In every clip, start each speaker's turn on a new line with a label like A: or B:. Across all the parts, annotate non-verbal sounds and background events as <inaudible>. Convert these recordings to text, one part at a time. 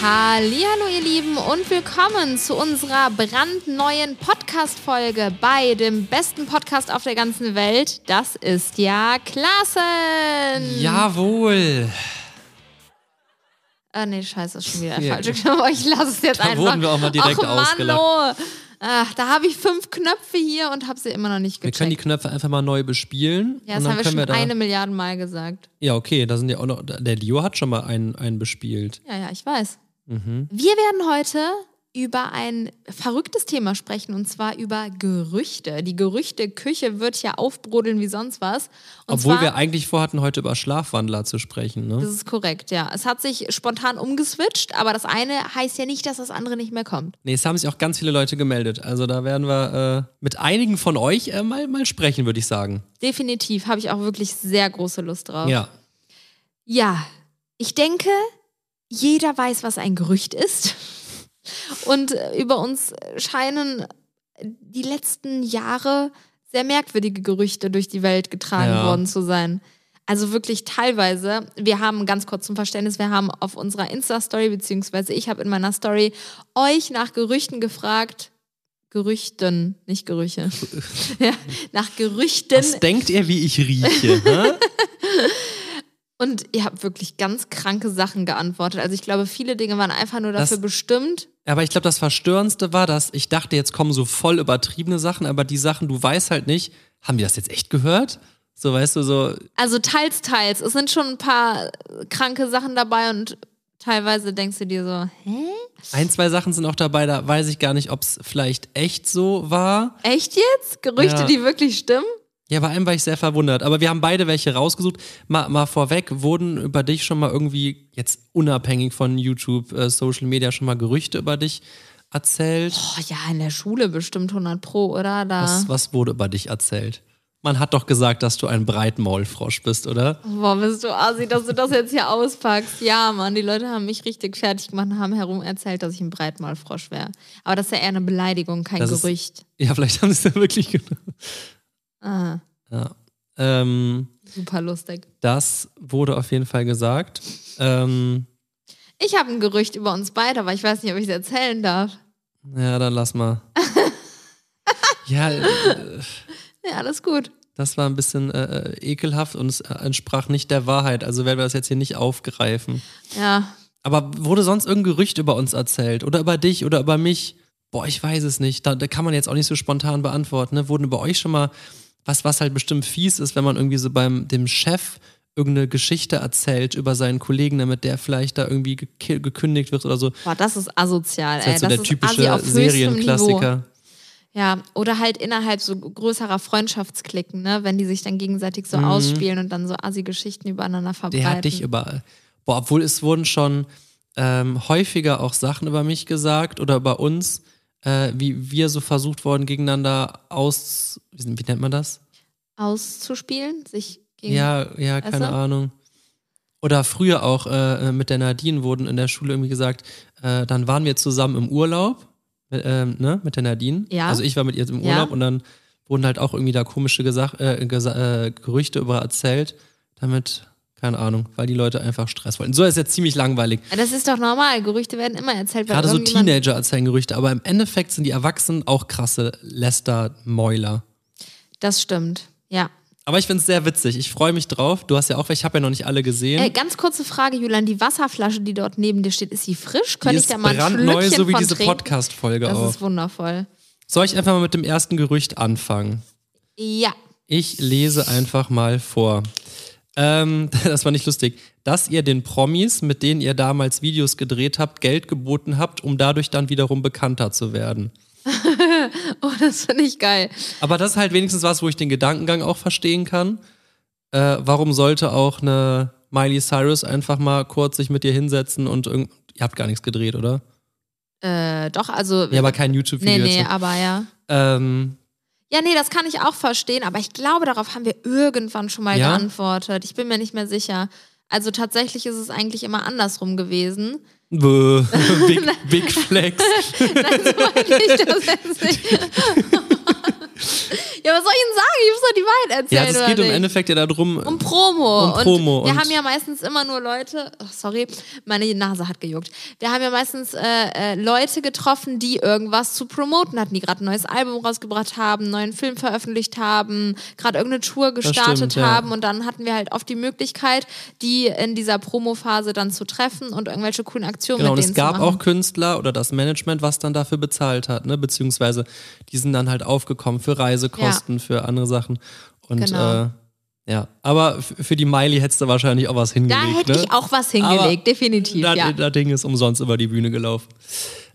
A: Hallo ihr Lieben und willkommen zu unserer brandneuen Podcast-Folge bei dem besten Podcast auf der ganzen Welt. Das ist ja Klassen.
B: Jawohl.
A: Äh, nee, scheiße, ist schon wieder
B: Ja.
A: falsch. <laughs> Aber ich lasse es jetzt
B: Da
A: einfach.
B: wurden wir auch mal direkt
A: Och, Mann,
B: ausgelacht.
A: Oh. Ach, da habe ich fünf Knöpfe hier und habe sie immer noch nicht
B: Wir können die
A: gecheckt.
B: Knöpfe einfach mal neu bespielen.
A: Ja, das
B: und dann
A: haben wir
B: können
A: schon
B: da,
A: eine Milliarde Mal gesagt.
B: Ja, okay, da sind ja auch noch. Der Leo hat schon mal einen, einen bespielt.
A: Ja, ja, ich weiß.
B: Mhm.
A: Wir werden heute über ein verrücktes Thema sprechen und zwar über Gerüchte. Die Gerüchteküche wird ja aufbrodeln wie sonst was. Und
B: Obwohl
A: zwar,
B: wir eigentlich vorhatten, heute über Schlafwandler zu sprechen, ne?
A: das ist korrekt, ja. Es hat sich spontan umgeswitcht, aber das eine heißt ja nicht, dass das andere nicht mehr kommt.
B: Nee, es haben sich auch ganz viele Leute gemeldet. Also da werden wir äh, mit einigen von euch äh, mal, mal sprechen, würde ich sagen.
A: Definitiv habe ich auch wirklich sehr große Lust drauf.
B: Ja.
A: Ja, ich denke, jeder weiß, was ein Gerücht ist. Und äh, über uns scheinen äh, die letzten Jahre sehr merkwürdige Gerüchte durch die Welt getragen
B: Ja.
A: worden zu sein. Also wirklich teilweise, wir haben ganz kurz zum Verständnis, wir haben auf unserer Insta-Story, beziehungsweise ich habe in meiner Story euch nach Gerüchten gefragt. Gerüchten, nicht Gerüche. ja, nach Gerüchten.
B: Was denkt ihr, wie
A: <laughs>
B: ich rieche? hä?
A: Und ihr habt wirklich ganz kranke Sachen geantwortet. Also ich glaube, viele Dinge waren einfach nur
B: Das-
A: dafür bestimmt.
B: Aber ich glaube, das Verstörendste war, dass ich dachte, jetzt kommen so voll übertriebene Sachen, aber die Sachen, du weißt halt nicht, haben die das jetzt echt gehört? So, weißt du, so,
A: Also teils, teils. Es sind schon ein paar äh, kranke Sachen dabei und teilweise denkst du dir so, hä?
B: ein, zwei Sachen sind auch dabei, da weiß ich gar nicht, ob es vielleicht echt so war.
A: Echt jetzt? Gerüchte,
B: Ja.
A: die wirklich stimmen?
B: Ja, bei einem war ich sehr verwundert, aber wir haben beide welche rausgesucht. Mal, mal vorweg, wurden über dich schon mal irgendwie, jetzt unabhängig von YouTube, äh, Social Media, schon mal Gerüchte über dich erzählt?
A: Boah, ja, in der Schule bestimmt 100 pro, oder? Da.
B: Was, was wurde über dich erzählt? Man hat doch gesagt, dass du ein Breitmaulfrosch bist, oder?
A: Boah, bist du assi, dass du das jetzt hier auspackst. Ja, Mann, die Leute haben mich richtig fertig gemacht und haben herum erzählt, dass ich ein Breitmalfrosch wäre. Aber das ist ja eher eine Beleidigung, kein
B: Das ist-
A: Gerücht.
B: Ja, vielleicht haben sie es ja wirklich genommen.
A: Ah,
B: Ja. Ähm,
A: super lustig.
B: das wurde auf jeden Fall gesagt. Ähm,
A: Ich habe ein Gerücht über uns beide, aber ich weiß nicht, ob ich es erzählen darf.
B: ja, dann lass mal. ja, äh,
A: Ja, alles gut.
B: das war ein bisschen äh, äh, ekelhaft und es entsprach nicht der Wahrheit. Also werden wir das jetzt hier nicht aufgreifen.
A: Ja.
B: Aber wurde sonst irgendein Gerücht über uns erzählt? Oder über dich oder über mich? Boah, ich weiß es nicht. Da, da kann man jetzt auch nicht so spontan beantworten. Ne? Wurden über euch schon mal, was, was halt bestimmt fies ist, wenn man irgendwie so beim dem Chef irgendeine Geschichte erzählt über seinen Kollegen, damit der vielleicht da irgendwie geki- gekündigt wird oder so.
A: Boah, das ist asozial,
B: Das
A: ey.
B: ist halt
A: Äh, das
B: so der
A: ist Assi
B: typische
A: auf höchstem Niveau.
B: Serienklassiker.
A: Ja, oder halt innerhalb so größerer Freundschaftsklicken, ne? Wenn die sich dann gegenseitig so ausspielen und dann so Assi-Geschichten übereinander verbreiten.
B: Mhm. Der hat dich überall. Boah, obwohl es wurden schon ähm, häufiger auch Sachen über mich gesagt oder über uns, äh, wie wir so versucht wurden, gegeneinander aus. Wie, wie nennt man das?
A: auszuspielen, sich gegen.
B: Ja, ja,
A: Weißt
B: keine
A: du?
B: Ahnung. Oder früher auch äh, mit der Nadine wurden in der Schule irgendwie gesagt, äh, dann waren wir zusammen im Urlaub, äh, ähm, ne, mit der Nadine.
A: Ja.
B: Also ich war mit ihr im
A: Ja.
B: Urlaub und dann wurden halt auch irgendwie da komische Gesa äh, Gesa äh, Gerüchte über erzählt, damit, keine Ahnung, weil die Leute einfach Stress wollten. So ist jetzt ziemlich langweilig.
A: Das ist doch normal. Gerüchte werden immer erzählt. weil
B: Gerade so
A: irgendjemand-
B: Teenager erzählen Gerüchte, aber im Endeffekt sind die Erwachsenen auch krasse Lästermäuler.
A: Das stimmt. Ja.
B: Aber ich finde es sehr witzig. Ich freue mich drauf. Du hast ja auch, ich habe ja noch nicht alle gesehen.
A: Äh, ganz kurze Frage, Julian. Die Wasserflasche, die dort neben dir steht, ist sie frisch?
B: Die
A: Könnte ich
B: ist
A: da mal ein
B: brandneu,
A: Schlückchen
B: so wie
A: von
B: diese
A: trinken?
B: Podcast-Folge
A: Das
B: auch.
A: ist wundervoll.
B: Soll ich einfach mal mit dem ersten Gerücht anfangen?
A: Ja. <laughs>
B: Ich lese einfach mal vor. Ähm, <laughs> das war nicht lustig. Dass ihr den Promis, mit denen ihr damals Videos gedreht habt, Geld geboten habt, um dadurch dann wiederum bekannter zu werden.
A: Oh, das finde ich geil.
B: Aber das ist halt wenigstens was, wo ich den Gedankengang auch verstehen kann. Äh, warum sollte auch eine Miley Cyrus einfach mal kurz sich mit dir hinsetzen und irgend... Ihr habt gar nichts gedreht, oder?
A: Äh, doch, also.
B: Ja, aber kein
A: nee,
B: YouTube-Video.
A: nee,
B: dazu.
A: aber ja.
B: ähm,
A: Ja, nee, das kann ich auch verstehen, aber ich glaube, darauf haben wir irgendwann schon mal
B: Ja?
A: geantwortet. Ich bin mir nicht mehr sicher. Also tatsächlich ist es eigentlich immer andersrum gewesen. <laughs>
B: <laughs> Bäh, big, big Flex.
A: Nein, so meine ich das jetzt nicht. <laughs> Ja, was soll ich denn sagen? Ich muss doch die Wahrheit
B: Ja,
A: erzählen.
B: es
A: oder
B: geht im
A: nicht?
B: Endeffekt ja darum.
A: Um Promo.
B: Um Promo
A: wir
B: und-
A: haben ja meistens immer nur Leute, oh, sorry, meine Nase hat gejuckt. Wir haben ja meistens äh, äh, Leute getroffen, die irgendwas zu promoten hatten, die gerade ein neues Album rausgebracht haben, einen neuen Film veröffentlicht haben, gerade irgendeine Tour gestartet
B: stimmt, ja.
A: haben. Und dann hatten wir halt oft die Möglichkeit, die in dieser Promo-Phase dann zu treffen und irgendwelche coolen Aktionen
B: Genau, und
A: mit
B: es
A: denen
B: gab
A: zu machen.
B: auch Künstler oder das Management, was dann dafür bezahlt hat, ne? Beziehungsweise die sind dann halt aufgekommen für Reisekosten, für andere Sachen. Und
A: Genau.
B: äh, ja, aber f- für die Miley hättest du wahrscheinlich auch was
A: da
B: hingelegt.
A: hätte
B: ne?
A: ich auch was hingelegt,
B: Aber
A: definitiv.
B: Das,
A: ja.
B: das Ding ist umsonst über die Bühne gelaufen.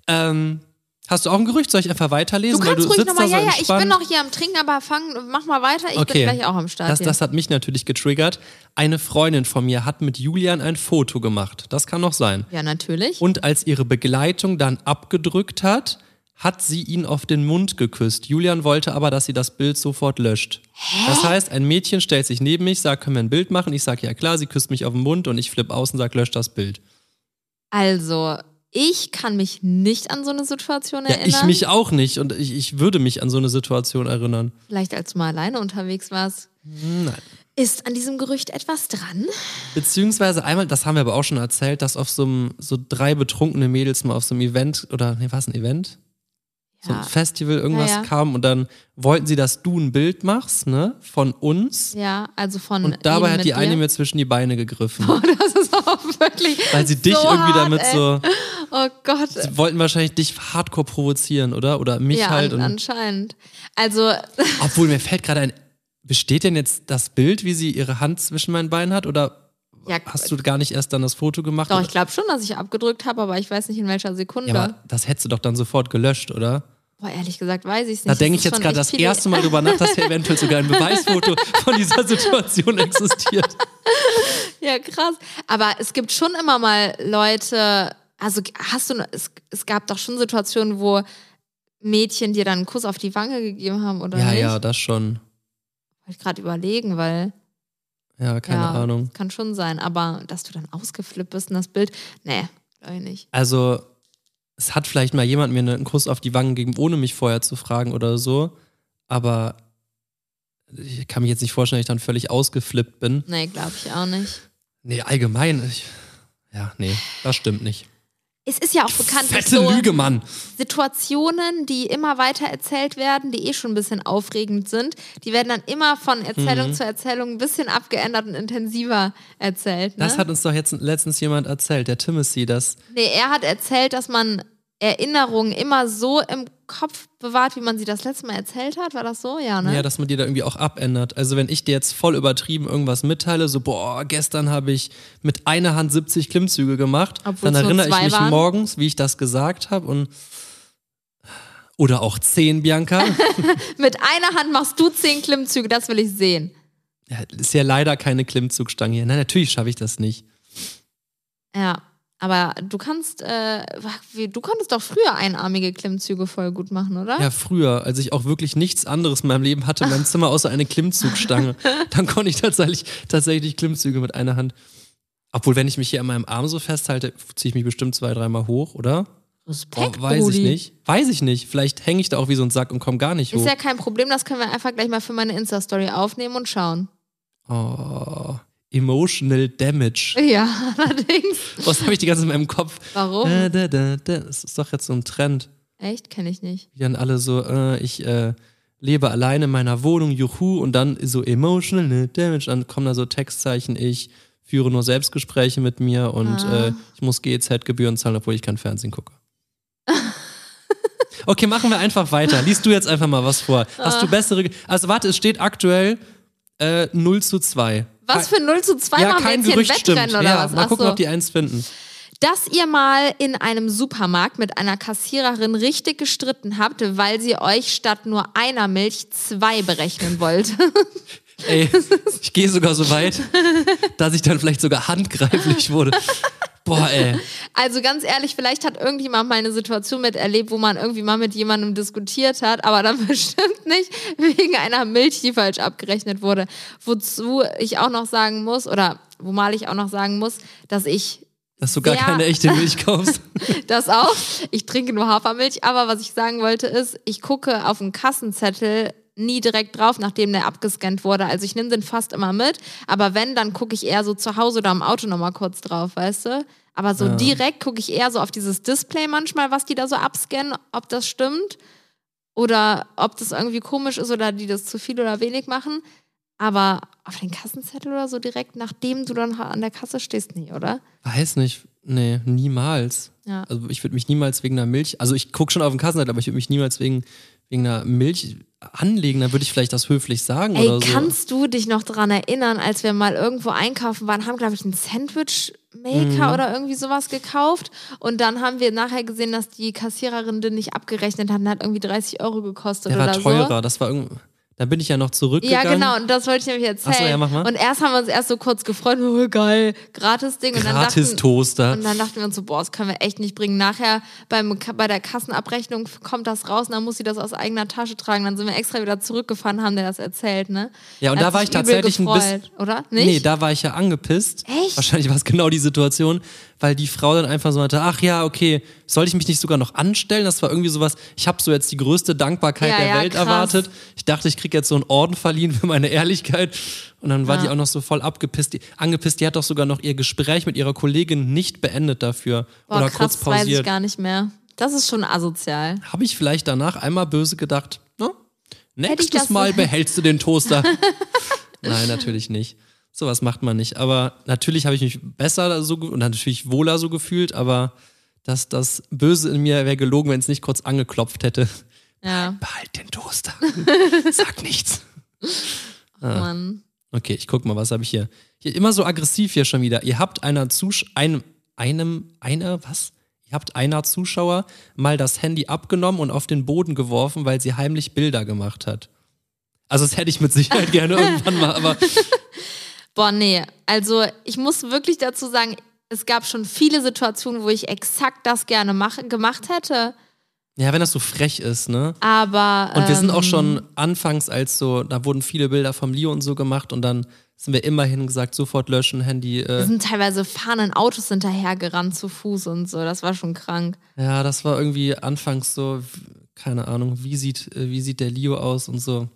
B: Ähm, hast du auch ein Gerücht? Soll ich einfach weiterlesen?
A: Du kannst
B: Weil
A: ruhig
B: sitzt
A: nochmal,
B: da so
A: ja, ja, ich
B: entspannt.
A: bin noch hier am Trinken, aber fang, mach mal weiter, ich bin gleich auch am Start.
B: Das,
A: hier.
B: das hat mich natürlich getriggert. Eine Freundin von mir hat mit Julian ein Foto gemacht. Das kann noch sein.
A: ja, natürlich.
B: Und als ihre Begleitung dann abgedrückt hat, hat sie ihn auf den Mund geküsst. Julian wollte aber, dass sie das Bild sofort löscht. Das heißt, ein Mädchen stellt sich neben mich, sagt, können wir ein Bild machen? Ich sage, ja klar, sie küsst mich auf den Mund und ich flippe aus und sage, löscht das Bild.
A: Also, ich kann mich nicht an so eine Situation
B: Ja,
A: erinnern.
B: ich mich auch nicht und ich, ich würde mich an so eine Situation erinnern.
A: Vielleicht als du mal alleine unterwegs warst.
B: Nein.
A: Ist an diesem Gerücht etwas dran?
B: Beziehungsweise einmal, das haben wir aber auch schon erzählt, dass auf so einem, so drei betrunkene Mädels mal auf so einem Event, oder nee, war es ein Event? So ein
A: Ja.
B: Festival, irgendwas
A: Ja, ja.
B: kam und dann wollten sie, dass du ein Bild machst, ne, von uns.
A: Ja, also von.
B: Und dabei
A: ihm
B: hat
A: mit
B: die eine
A: dir. <laughs>
B: mir zwischen die Beine gegriffen.
A: Das ist auch wirklich.
B: weil sie dich
A: so
B: irgendwie
A: hart,
B: damit
A: ey.
B: so.
A: Oh Gott.
B: Sie wollten wahrscheinlich dich hardcore provozieren, oder? Oder mich
A: Ja,
B: halt.
A: an,
B: Und,
A: anscheinend. Also, <laughs>
B: obwohl mir fällt gerade ein, besteht denn jetzt das Bild, wie sie ihre Hand zwischen meinen Beinen hat? Oder
A: ja,
B: hast du gar nicht erst dann das Foto gemacht?
A: doch,
B: Oder-
A: ich glaube schon, dass ich abgedrückt habe, aber ich weiß nicht in welcher Sekunde.
B: ja, aber das hättest du doch dann sofort gelöscht, oder?
A: Boah, ehrlich gesagt, weiß ich es nicht.
B: Da
A: Das
B: denke ich
A: ist
B: jetzt
A: schon
B: gerade
A: echt
B: das
A: viele-
B: erste Mal drüber nach, dass hier eventuell sogar ein Beweisfoto von dieser Situation <laughs> existiert.
A: Ja, krass. Aber es gibt schon immer mal Leute, also hast du, es, es gab doch schon Situationen, wo Mädchen dir dann einen Kuss auf die Wange gegeben haben oder
B: Ja,
A: nicht?
B: ja, das schon.
A: Wollte ich gerade überlegen, weil.
B: Ja, keine
A: ja,
B: Ahnung.
A: Kann schon sein, aber dass du dann ausgeflippt bist in das Bild, nee, glaube ich nicht.
B: Also, es hat vielleicht mal jemand mir einen Kuss auf die Wangen gegeben, ohne mich vorher zu fragen oder so. Aber ich kann mich jetzt nicht vorstellen, dass ich dann völlig ausgeflippt bin.
A: Nee, glaube ich auch nicht.
B: Nee, allgemein. Ich, ja, nee, das stimmt nicht.
A: Es ist ja auch bekannt, dass
B: Fette
A: so
B: Lüge, Mann.
A: Situationen, die immer weiter erzählt werden, die eh schon ein bisschen aufregend sind, die werden dann immer von Erzählung
B: Mhm.
A: zu Erzählung ein bisschen abgeändert und intensiver erzählt. Ne?
B: Das hat uns doch jetzt letztens jemand erzählt, der Timothy, dass
A: Nee, er hat erzählt, dass man Erinnerungen immer so im Kopf bewahrt, wie man sie das letzte Mal erzählt hat. War das so? Ja, ne?
B: Ja, dass man die da irgendwie auch abändert. Also wenn ich dir jetzt voll übertrieben irgendwas mitteile, so boah, gestern habe ich mit einer Hand 70 Klimmzüge gemacht,
A: Obwohl's
B: dann
A: nur
B: erinnere ich
A: zwei
B: mich
A: waren.
B: morgens, wie ich das gesagt habe und oder auch
A: <laughs>
B: 10, Bianca.
A: Mit einer Hand machst du zehn Klimmzüge, das will ich sehen.
B: ja, ist ja leider keine Klimmzugstange hier. Nein, natürlich schaffe ich das nicht.
A: Ja. Aber du kannst, äh, wie- du konntest doch früher einarmige Klimmzüge voll gut machen, oder?
B: Ja, früher, als ich auch wirklich nichts anderes in meinem Leben hatte in meinem Zimmer außer eine
A: <laughs>
B: Klimmzugstange, dann konnte ich tatsächlich, tatsächlich Klimmzüge mit einer Hand. Obwohl, wenn ich mich hier an meinem Arm so festhalte, ziehe ich mich bestimmt zwei, dreimal hoch, oder?
A: Respekt,
B: Boah, weiß
A: Brudi.
B: ich nicht. Weiß ich nicht. Vielleicht hänge ich da auch wie so ein Sack und komme gar nicht
A: Ist
B: hoch.
A: ja kein Problem, das können wir einfach gleich mal für meine Insta-Story aufnehmen und schauen.
B: Oh,
A: <laughs>
B: emotional Damage.
A: Ja, allerdings.
B: Was habe ich die ganze Zeit in meinem Kopf?
A: Warum?
B: Äh, da, da, da. Das ist doch jetzt so ein Trend.
A: Echt? Kenne ich nicht.
B: Wie dann alle so, äh, ich äh, lebe alleine in meiner Wohnung, juhu, und dann so emotional ne, Damage. Dann kommen da so Textzeichen, ich führe nur Selbstgespräche mit mir und
A: Ah.
B: äh, ich muss GEZ-Gebühren zahlen, obwohl ich kein Fernsehen gucke. <laughs> Okay, machen wir einfach weiter. Liest du jetzt einfach mal was vor.
A: Ah.
B: Hast du bessere. Ge- Also, warte, es steht aktuell äh, 0 zu 2.
A: Was für 0 zu 2
B: ja,
A: machen wir
B: kein
A: jetzt hier ein
B: Gerücht
A: Wettrennen
B: stimmt.
A: oder
B: ja,
A: was?
B: mal
A: Ach
B: gucken,
A: so.
B: ob die eins finden.
A: dass ihr mal in einem Supermarkt mit einer Kassiererin richtig gestritten habt, weil sie euch statt nur einer Milch zwei berechnen wollte.
B: Ey, ich gehe sogar so weit, dass ich dann vielleicht sogar handgreiflich wurde. Boah, ey.
A: Also ganz ehrlich, vielleicht hat irgendjemand mal eine Situation miterlebt, wo man irgendwie mal mit jemandem diskutiert hat, aber dann <laughs> bestimmt nicht wegen einer Milch, die falsch abgerechnet wurde. Wozu ich auch noch sagen muss, oder womal ich auch noch sagen muss, dass ich
B: Dass du gar
A: Sehr-
B: keine echte Milch kaufst.
A: das auch. Ich trinke nur Hafermilch, aber was ich sagen wollte ist, ich gucke auf den Kassenzettel nie direkt drauf, nachdem der abgescannt wurde. Also ich nehme den fast immer mit, aber wenn, dann gucke ich eher so zu Hause oder im Auto nochmal kurz drauf, weißt du? Aber so
B: Ja.
A: direkt gucke ich eher so auf dieses Display manchmal, was die da so abscannen, ob das stimmt oder ob das irgendwie komisch ist oder die das zu viel oder wenig machen. Aber auf den Kassenzettel oder so direkt, nachdem du dann an der Kasse stehst, nee, oder?
B: Weiß nicht. Nee, niemals.
A: Ja.
B: Also ich würde mich niemals wegen einer Milch, also ich gucke schon auf den Kassenzettel, aber ich würde mich niemals wegen, wegen einer Milch anlegen. Dann würde ich vielleicht das höflich sagen
A: Ey,
B: oder so.
A: kannst du dich noch daran erinnern, als wir mal irgendwo einkaufen waren, haben, glaube ich, einen Sandwich-Maker
B: Mhm.
A: oder irgendwie sowas gekauft. Und dann haben wir nachher gesehen, dass die Kassiererin den nicht abgerechnet hat und hat irgendwie 30 Euro gekostet
B: Der war
A: oder
B: teurer, das war irgendwie. Da bin ich ja noch
A: so.
B: zurückgegangen.
A: Ja, genau, und das wollte ich nämlich erzählen.
B: ja, mach mal.
A: Und erst haben wir uns erst so kurz gefreut, oh, geil, gratis Ding. Und dann
B: Gratis
A: dachten,
B: Toaster.
A: und dann dachten wir uns so, boah, das können wir echt nicht bringen. Nachher beim, bei der Kassenabrechnung kommt das raus und dann muss sie das aus eigener Tasche tragen. Dann sind wir extra wieder zurückgefahren, haben der das erzählt, ne?
B: Ja, und
A: Er
B: da
A: hat
B: war
A: sich
B: ich
A: übel
B: tatsächlich ein
A: gefreut,
B: bisschen-
A: Oder? Nicht?
B: Nee, da war ich ja angepisst.
A: Echt?
B: Wahrscheinlich war es genau die Situation, weil die Frau dann einfach so meinte, ach ja, okay, sollte ich mich nicht sogar noch anstellen? Das war irgendwie sowas, ich habe so jetzt die größte Dankbarkeit
A: Ja,
B: der
A: ja,
B: Welt
A: krass.
B: erwartet. Ich dachte, ich krieg jetzt so einen Orden verliehen für meine Ehrlichkeit. Und dann war
A: Ja.
B: die auch noch so voll abgepisst. Die, angepisst, die hat doch sogar noch ihr Gespräch mit ihrer Kollegin nicht beendet dafür.
A: boah,
B: oder
A: krass,
B: kurz
A: weiß ich
B: pausiert.
A: gar nicht mehr. Das ist schon asozial.
B: Habe ich vielleicht danach einmal böse gedacht,
A: ich
B: ne?
A: das-
B: Nächstes Mal behältst du
A: <laughs>
B: den Toaster. Nein, natürlich nicht. Sowas macht man nicht. Aber natürlich habe ich mich besser so ge- und natürlich wohler so gefühlt, aber dass das Böse in mir wäre gelogen, wenn es nicht kurz angeklopft hätte.
A: Ja,
B: Behalt den
A: <laughs>
B: Toaster. Sag nichts.
A: Mann.
B: Okay, ich guck mal, was habe ich hier? Hier immer so aggressiv hier schon wieder. Ihr habt einer Zusch einem einem einer was? Ihr habt einer Zuschauer mal das Handy abgenommen und auf den Boden geworfen, weil sie heimlich Bilder gemacht hat. Also das hätte ich mit Sicherheit gerne irgendwann mal, aber
A: Boah, nee. Also, ich muss wirklich dazu sagen, es gab schon viele Situationen, wo ich exakt das gerne mache, gemacht hätte.
B: ja, wenn das so frech ist, ne?
A: Aber.
B: Und wir sind
A: ähm,
B: auch schon anfangs als so, da wurden viele Bilder vom Leo und so gemacht und dann sind wir immerhin gesagt, sofort löschen, Handy.
A: Wir
B: Äh,
A: sind teilweise fahrenden Autos hinterhergerannt zu Fuß und so. Das war schon krank.
B: ja, das war irgendwie anfangs so, w- keine Ahnung, wie sieht, äh, wie sieht der Leo aus und so.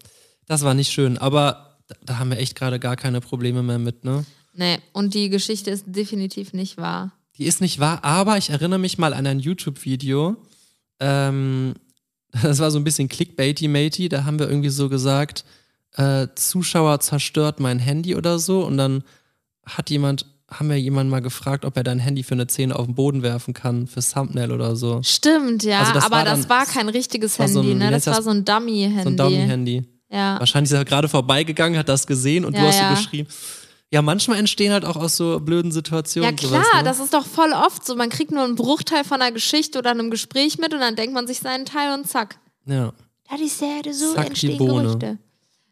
B: Das war nicht schön, aber da, da haben wir echt gerade gar keine Probleme mehr mit, ne?
A: Nee, und die Geschichte ist definitiv nicht wahr.
B: Die ist nicht wahr, aber ich erinnere mich mal an ein YouTube-Video. Ähm, <laughs> das war so ein bisschen clickbaity-matey. Da haben wir irgendwie so gesagt, äh, Zuschauer zerstört mein Handy oder so. Und dann hat jemand, haben wir jemanden mal gefragt, ob er dein Handy für eine Szene auf den Boden werfen kann, fürs Thumbnail oder so.
A: Stimmt, ja,
B: Also das
A: aber
B: war
A: das
B: dann-
A: war kein richtiges
B: war
A: Handy,
B: so ein-
A: ne?
B: wie
A: Das
B: nennt
A: war
B: das?
A: so ein Dummy-Handy.
B: So ein Dummy-Handy.
A: Ja.
B: Wahrscheinlich ist er gerade vorbeigegangen, hat das gesehen und
A: Ja,
B: du hast
A: ja.
B: so geschrieben. Ja, manchmal entstehen halt auch aus so blöden Situationen.
A: Ja klar,
B: sowas, ne?
A: das ist doch voll oft so. Man kriegt nur einen Bruchteil von einer Geschichte oder einem Gespräch mit und dann denkt man sich seinen Teil und zack.
B: ja.
A: Da die Säde, so
B: Zack, die
A: entstehen
B: Bohne.
A: Gerüchte.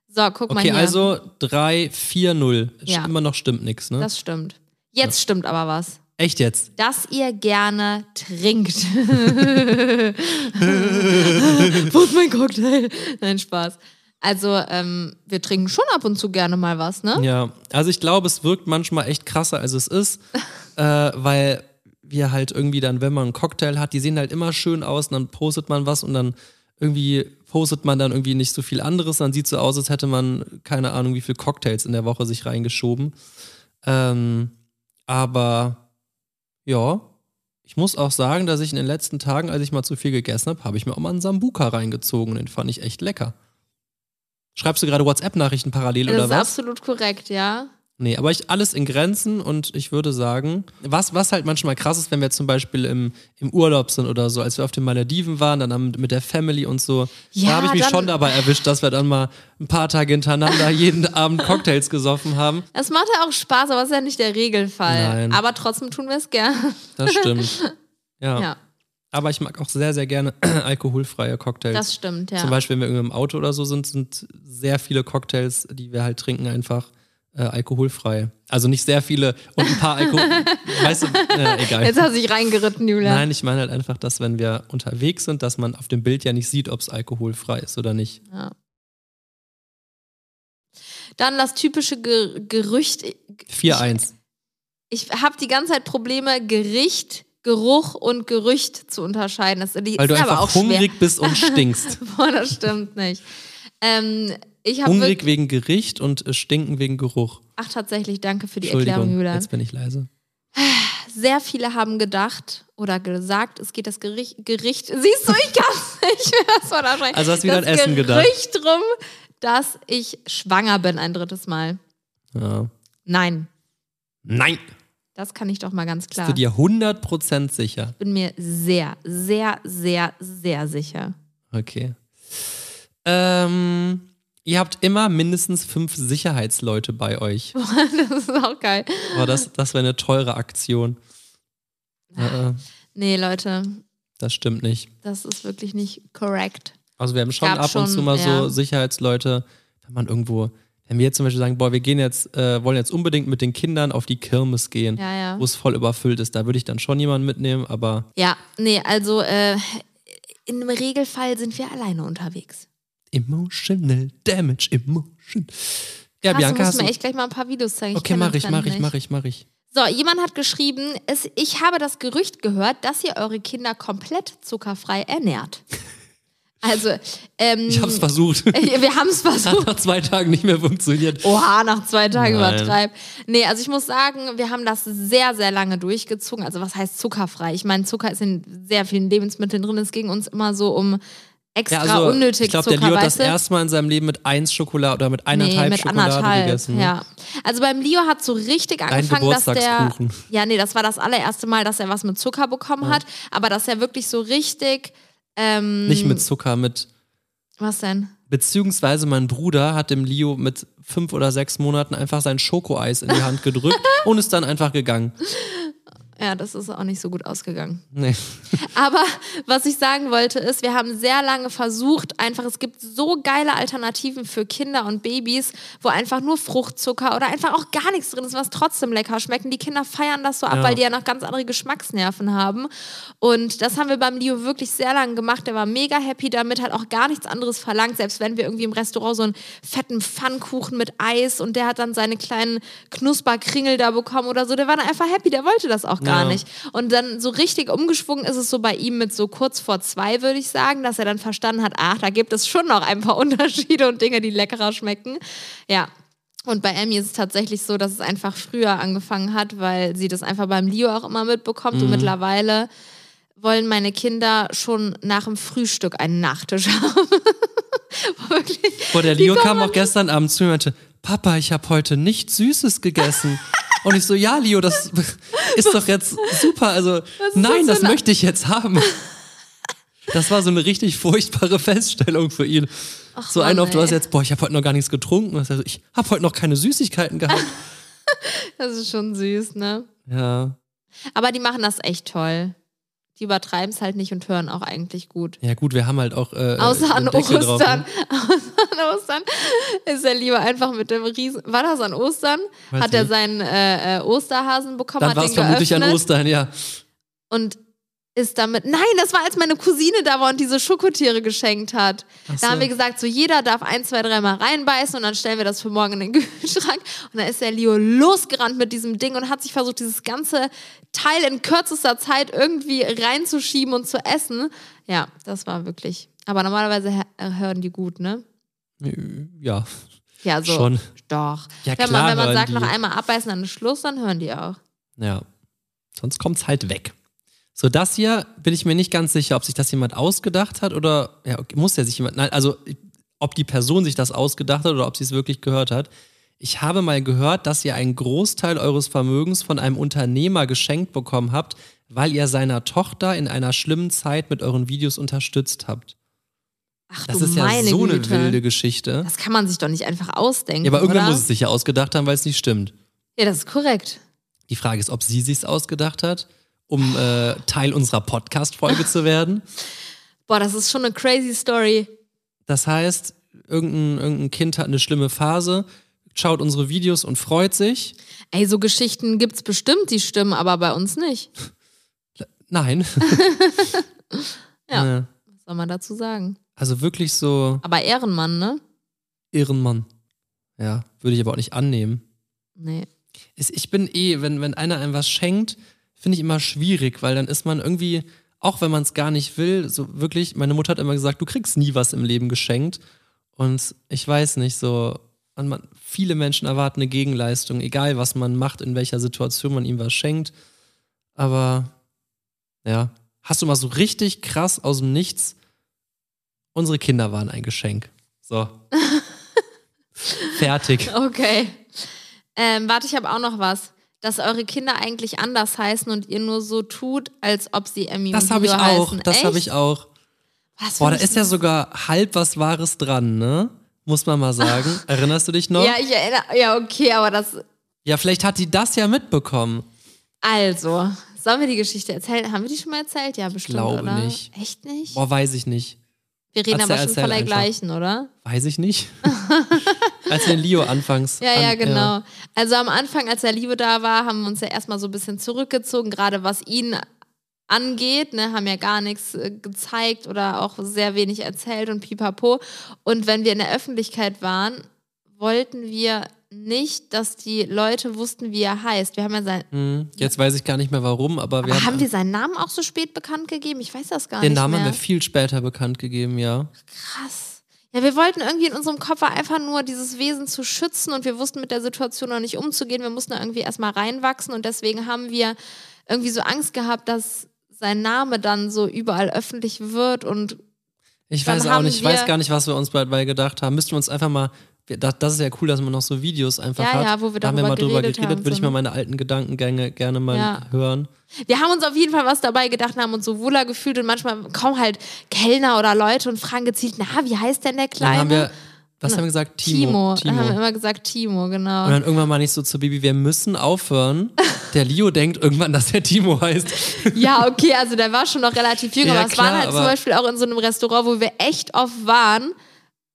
A: So, guck mal
B: Okay,
A: hier.
B: also 3, 4, 0.
A: Ja.
B: Immer noch stimmt nichts, ne?
A: das stimmt. Jetzt stimmt aber was.
B: Echt jetzt?
A: Dass ihr gerne
B: <laughs>
A: trinkt. Wo ist Oh mein Cocktail? Nein, Spaß. Also, ähm, wir trinken schon ab und zu gerne mal was, ne?
B: Ja, also ich glaube, es wirkt manchmal echt krasser, als es ist, äh, weil wir halt irgendwie dann, wenn man einen Cocktail hat, die sehen halt immer schön aus und dann postet man was und dann irgendwie postet man dann irgendwie nicht so viel anderes, dann sieht so aus, als hätte man keine Ahnung, wie viele Cocktails in der Woche sich reingeschoben. Ähm, aber ja, ich muss auch sagen, dass ich in den letzten Tagen, als ich mal zu viel gegessen habe, habe ich mir auch mal einen Sambuka reingezogen. Den fand ich echt lecker. Schreibst du gerade WhatsApp-Nachrichten parallel
A: das
B: oder
A: ist
B: was?
A: absolut korrekt, ja.
B: Nee, aber ich alles in Grenzen und ich würde sagen, was, was halt manchmal krass ist, wenn wir zum Beispiel im, im Urlaub sind oder so, als wir auf den Malediven waren, dann am, mit der Family und so,
A: Ja,
B: da habe ich mich
A: dann-
B: schon dabei erwischt, dass wir dann mal ein paar Tage
A: <laughs>
B: hintereinander jeden Abend Cocktails gesoffen haben.
A: Es macht ja auch Spaß, aber es ist ja nicht der Regelfall.
B: Nein.
A: Aber trotzdem tun wir es gern.
B: Das stimmt. Ja.
A: Ja,
B: Aber ich mag auch sehr, sehr gerne <clears throat> alkoholfreie Cocktails.
A: das stimmt, ja.
B: Zum Beispiel, wenn wir irgendwie im Auto oder so sind, sind sehr viele Cocktails, die wir halt trinken, einfach äh, alkoholfrei. Also nicht sehr viele und ein
A: <laughs>
B: paar Alkohol. weißt du, ja, egal.
A: Jetzt hast du dich reingeritten, Julia.
B: Nein, ich meine halt einfach, dass wenn wir unterwegs sind, dass man auf dem Bild ja nicht sieht, ob es alkoholfrei ist oder nicht.
A: Ja. Dann das typische Ge Gerücht.
B: 4-1.
A: Ich habe die ganze Zeit Probleme, Gericht, Geruch und Gerücht zu unterscheiden. Das, die
B: Weil du
A: sind aber
B: einfach
A: auch <laughs>
B: hungrig bist und stinkst.
A: schwer. Boah, das stimmt nicht. Ähm, ich habe wirklich.
B: Hungrig wegen Gericht und äh, stinken wegen Geruch.
A: Ach, tatsächlich, danke für die Erklärung,
B: Entschuldigung,
A: Julian.
B: jetzt bin ich leise.
A: Sehr viele haben gedacht oder gesagt, es geht das Gericht. Gericht siehst du, ich kann's nicht mehr. Das war da schon-
B: Also hast du wieder
A: das
B: an Essen gedacht.
A: Gericht drum, dass ich schwanger bin ein drittes Mal.
B: Ja.
A: Nein,
B: Nein,
A: das kann ich doch mal ganz
B: bist
A: klar.
B: du dir 100% sicher.
A: bin mir sehr, sehr, sehr, sehr sicher. <laughs>
B: Okay. Ähm, ihr habt immer mindestens fünf Sicherheitsleute bei
A: <laughs>
B: euch.
A: Das ist auch geil.
B: Aber das, das wäre eine teure Aktion.
A: Ah.
B: Äh, äh,
A: Nee, Leute,
B: das stimmt nicht.
A: das ist wirklich nicht correct.
B: Also wir haben schon
A: Gab
B: ab und
A: schon,
B: zu mal
A: ja.
B: so Sicherheitsleute, wenn man irgendwo, wenn wir jetzt zum Beispiel sagen, boah, wir gehen jetzt, äh, wollen jetzt unbedingt mit den Kindern auf die Kirmes gehen,
A: Ja, ja.
B: wo es voll überfüllt ist, da würde ich dann schon jemanden mitnehmen, aber
A: Ja, nee, also äh, im Regelfall sind wir alleine unterwegs.
B: emotional damage, emotion. Ja,
A: Krass,
B: Bianca,
A: du
B: hast
A: musst
B: du,
A: mir echt gleich mal ein paar Videos zeigen.
B: okay,
A: kenn
B: mach
A: das
B: ich,
A: dann
B: mach ich,
A: nicht.
B: mach ich, mach ich.
A: So, jemand hat geschrieben, es, ich habe das Gerücht gehört, dass ihr eure Kinder komplett zuckerfrei
B: <laughs>
A: ernährt. Also, ähm, äh, <laughs>
B: Ich hab's versucht.
A: wir haben es versucht.
B: <laughs> Hat nach zwei Tagen nicht mehr funktioniert.
A: Oha, nach zwei Tagen
B: Nein.
A: übertreib. Nee, also ich muss sagen, wir haben das sehr, sehr lange durchgezogen. Also was heißt zuckerfrei? Ich meine, Zucker ist in sehr vielen Lebensmitteln drin. Es ging uns immer so um extra
B: Ja, also,
A: unnötig
B: ich glaube, der
A: Zucker,
B: Leo hat das
A: weißt du?
B: erste Mal in seinem Leben mit eins Schokolade oder mit eineinhalb
A: mit
B: Schokolade
A: anderthalb,
B: gegessen.
A: Ja. Also beim Leo hat so richtig angefangen, dass der.
B: Geburtstagskuchen.
A: Ja, nee, das war das allererste Mal, dass er was mit Zucker bekommen hat, aber dass er wirklich so richtig. Ähm,
B: Nicht mit Zucker, mit
A: Was denn?
B: Beziehungsweise mein Bruder hat dem Leo mit fünf oder sechs Monaten einfach sein Schokoeis in die Hand
A: <laughs>
B: gedrückt und ist dann einfach gegangen.
A: Ja, das ist auch nicht so gut ausgegangen.
B: Nee.
A: Aber was ich sagen wollte ist, wir haben sehr lange versucht, einfach, es gibt so geile Alternativen für Kinder und Babys, wo einfach nur Fruchtzucker oder einfach auch gar nichts drin ist, was trotzdem lecker schmeckt. Und die Kinder feiern das so ab,
B: Ja.
A: weil die ja noch ganz andere Geschmacksnerven haben. Und das haben wir beim Leo wirklich sehr lange gemacht. Der war mega happy damit, hat auch gar nichts anderes verlangt, selbst wenn wir irgendwie im Restaurant so einen fetten Pfannkuchen mit Eis und der hat dann seine kleinen Knusperkringel da bekommen oder so. Der war dann einfach happy, der wollte das auch gar
B: Ja.
A: nicht. Und dann so richtig umgeschwungen ist es so bei ihm mit so kurz vor zwei, würde ich sagen, dass er dann verstanden hat, ach, da gibt es schon noch ein paar <laughs> Unterschiede und Dinge, die leckerer schmecken. Ja. Und bei Emmy ist es tatsächlich so, dass es einfach früher angefangen hat, weil sie das einfach beim Leo auch immer mitbekommt. Und mittlerweile wollen meine Kinder schon nach dem Frühstück einen Nachtisch <laughs> haben. Wirklich.
B: Boah, der Leo kam auch gestern Abend zu mir und meinte, Papa, ich habe heute nichts
A: <laughs>
B: Süßes gegessen. Und ich so, ja, Leo, das ist doch jetzt super. Also, nein,
A: jetzt
B: das
A: so eine-
B: möchte ich jetzt haben. Das war so eine richtig furchtbare Feststellung für ihn. so
A: Mann,
B: ein auf, du
A: ey.
B: hast jetzt, boah, ich habe heute noch gar nichts getrunken. Und er so, Ich habe heute noch keine
A: <laughs>
B: Süßigkeiten gehabt.
A: Das ist schon süß, ne?
B: Ja,
A: Aber die machen das echt toll. Die übertreiben es halt nicht und hören auch eigentlich gut.
B: ja gut, wir haben halt auch äh, den
A: Außer an
B: Deckel drauf,
A: Ostern.
B: ne?
A: <laughs> Außer an Ostern ist er lieber einfach mit dem Riesen. War das an Ostern?
B: Weiß
A: hat er
B: nicht.
A: seinen äh, äh, Osterhasen bekommen,
B: Dann
A: hat
B: war
A: den
B: es vermutlich an
A: geöffnet
B: Ostern, ja.
A: und ist damit. Nein, das war, als meine Cousine da war und diese Schokotiere geschenkt hat.
B: Ach
A: Da haben
B: so.
A: wir gesagt, so jeder darf ein, zwei, dreimal reinbeißen und dann stellen wir das für morgen in den <laughs> Kühlschrank. Und dann ist der Leo losgerannt mit diesem Ding und hat sich versucht, dieses ganze Teil in kürzester Zeit irgendwie reinzuschieben und zu essen. Ja, das war wirklich. Aber normalerweise hä- hören die gut, ne?
B: Ja,
A: Ja, so.
B: schon.
A: Doch.
B: Ja,
A: wenn
B: klar
A: man, wenn man
B: hören
A: sagt,
B: die.
A: noch einmal abbeißen, dann ist Schluss, dann hören die auch.
B: Ja. Sonst kommt's halt weg. So, das hier bin ich mir nicht ganz sicher, ob sich das jemand ausgedacht hat oder ja, okay, muss ja sich jemand. Nein, also ob die Person sich das ausgedacht hat oder ob sie es wirklich gehört hat. Ich habe mal gehört, dass ihr einen Großteil eures Vermögens von einem Unternehmer geschenkt bekommen habt, weil ihr seiner Tochter in einer schlimmen Zeit mit euren Videos unterstützt habt.
A: Ach,
B: Das
A: du
B: ist ja
A: meine
B: so
A: Güte.
B: eine wilde Geschichte.
A: Das kann man sich doch nicht einfach ausdenken.
B: Ja, aber irgendwer
A: oder?
B: muss es sich ja ausgedacht haben, weil es nicht stimmt.
A: Ja, das ist korrekt.
B: Die Frage ist, ob sie sich's ausgedacht hat, um äh, Teil unserer Podcast-Folge zu werden.
A: Boah, das ist schon eine crazy Story.
B: Das heißt, irgendein, irgendein Kind hat eine schlimme Phase, schaut unsere Videos und freut sich.
A: Ey, so Geschichten gibt's bestimmt, die stimmen, aber bei uns nicht.
B: Nein.
A: Ja.
B: Äh,
A: Was soll man dazu sagen?
B: Also wirklich so
A: Aber Ehrenmann, ne?
B: Ehrenmann. Ja, würde ich aber auch nicht annehmen.
A: Nee.
B: ist, ich bin eh, wenn, wenn einer einem was schenkt, finde ich immer schwierig, weil dann ist man irgendwie, auch wenn man es gar nicht will, so wirklich, meine Mutter hat immer gesagt, du kriegst nie was im Leben geschenkt. Und ich weiß nicht, so, und man, viele Menschen erwarten eine Gegenleistung, egal was man macht, in welcher Situation man ihm was schenkt. Aber ja, hast du mal so richtig krass aus dem Nichts, unsere Kinder waren ein Geschenk.
A: <laughs>
B: So. Fertig.
A: Okay. Ähm, warte, ich habe auch noch was. Dass eure Kinder eigentlich anders heißen und ihr nur so tut, als ob sie Emmy
B: Das
A: und
B: habe ich
A: Leo
B: auch,
A: heißen.
B: das habe
A: Echt?
B: ich auch.
A: Was
B: Boah, da
A: find ich
B: ist ja sogar halb was Wahres dran, ne? Muss man mal sagen. Erinnerst du dich noch?
A: Ja, ich erinnere. Ja, okay, aber das.
B: Ja, vielleicht hat die das ja mitbekommen.
A: Also, sollen wir die Geschichte erzählen? Haben wir die schon mal erzählt? Ja, bestimmt.
B: glaube
A: oder?
B: nicht.
A: Echt nicht?
B: Boah, weiß ich nicht.
A: wir reden
B: erzähl-
A: aber schon
B: erzähl
A: von der
B: einfach.
A: gleichen, oder?
B: Weiß
A: <laughs>
B: ich nicht. Als den Leo anfangs.
A: Ja, ja,
B: an- äh,
A: genau. Also am Anfang, als der Liebe da war, haben wir uns ja erstmal so ein bisschen zurückgezogen, gerade was ihn angeht, ne, haben ja gar nichts äh, gezeigt oder auch sehr wenig erzählt und pipapo. Und wenn wir in der Öffentlichkeit waren, wollten wir nicht, dass die Leute wussten, wie er heißt. Wir haben ja sein,
B: Hm, Jetzt weiß ich gar nicht mehr warum, aber, wir
A: aber haben wir seinen Namen auch so spät bekannt gegeben? Ich weiß das gar
B: den
A: nicht
B: Namen
A: mehr.
B: haben wir viel später bekannt gegeben, ja.
A: Krass. Ja, wir wollten irgendwie in unserem Kopf einfach nur dieses Wesen zu schützen und wir wussten mit der Situation noch nicht umzugehen. Wir mussten da irgendwie erstmal reinwachsen und deswegen haben wir irgendwie so Angst gehabt, dass sein Name dann so überall öffentlich wird und
B: Ich
A: Dann
B: weiß auch
A: haben
B: nicht, ich
A: wir-
B: weiß gar nicht, was wir- uns dabei gedacht haben. Müssten wir uns einfach mal, wir- das, das ist ja cool, dass man noch so Videos einfach
A: Ja,
B: hat.
A: ja, wo wir
B: da haben wir
A: darüber
B: mal drüber
A: geredet
B: geredet,
A: haben,
B: würde
A: so,
B: ich mal
A: ne?
B: meine alten Gedankengänge gerne mal
A: Ja.
B: hören.
A: wir haben uns auf jeden Fall was dabei gedacht und haben uns so wohler gefühlt und manchmal kommen halt Kellner oder Leute und fragen gezielt, na, wie heißt denn der Kleine?
B: Dann haben wir, was haben wir gesagt? Timo.
A: Timo. Dann haben wir immer gesagt Timo, genau.
B: Und dann irgendwann mal nicht so zu Bibi, wir müssen aufhören. Der Leo denkt irgendwann, dass er Timo heißt.
A: Ja, okay, also der war schon noch relativ jung,
B: Ja,
A: aber es
B: klar,
A: waren halt zum
B: aber-
A: Beispiel auch in so einem Restaurant, wo wir echt oft waren.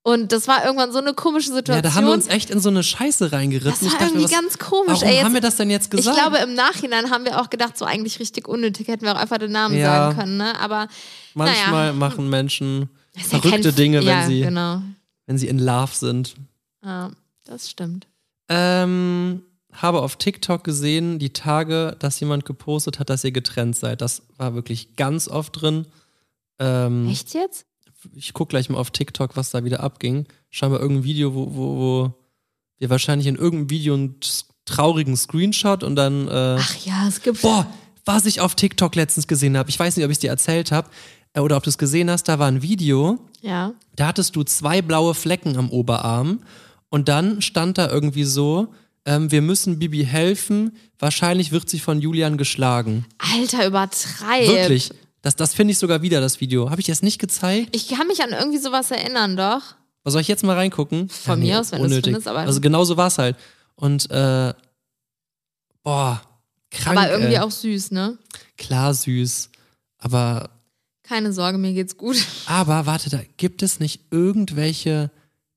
A: Und das war irgendwann so eine komische Situation.
B: Ja, da haben wir uns echt in so eine Scheiße reingeritten.
A: das war
B: ich dachte, mir,
A: irgendwie
B: was,
A: ganz komisch.
B: warum
A: Ey,
B: haben
A: jetzt,
B: wir das denn jetzt
A: ich
B: gesagt?
A: glaube, im Nachhinein haben wir auch gedacht, so eigentlich richtig unnötig, hätten wir auch einfach den Namen
B: Ja.
A: sagen können, ne? Aber
B: Manchmal
A: naja,
B: machen Menschen
A: das ist ja kein
B: verrückte
A: F-
B: Dinge, wenn,
A: ja,
B: sie,
A: genau.
B: wenn sie in Love sind.
A: Ja, das stimmt.
B: Ähm, habe auf TikTok gesehen, die Tage, dass jemand gepostet hat, dass ihr getrennt seid. Das war wirklich ganz oft drin. Ähm,
A: Echt jetzt?
B: ich gucke gleich mal auf TikTok, was da wieder abging. Scheinbar irgendein Video, wo, wo, wo wir wahrscheinlich in irgendeinem Video einen s- traurigen Screenshot und dann. Äh,
A: Ach ja, es gibt.
B: Boah, was ich auf TikTok letztens gesehen habe. Ich weiß nicht, ob ich es dir erzählt habe äh, oder ob du es gesehen hast. Da war ein Video,
A: Ja.
B: da hattest du zwei blaue Flecken am Oberarm und dann stand da irgendwie so, ähm, wir müssen Bibi helfen, wahrscheinlich wird sie von Julian geschlagen.
A: Alter, übertreibt.
B: Wirklich. Das, das finde ich sogar wieder, das Video. Habe ich dir das nicht gezeigt?
A: Ich kann mich an irgendwie sowas erinnern, doch.
B: Was soll ich jetzt mal reingucken?
A: Von mir aus, wenn du's findest, aber-
B: also genau so war es halt. Und äh, boah, krank.
A: Aber irgendwie
B: ey.
A: auch süß, ne?
B: Klar süß. Aber,
A: Keine Sorge, mir geht's gut.
B: aber warte, da gibt es nicht irgendwelche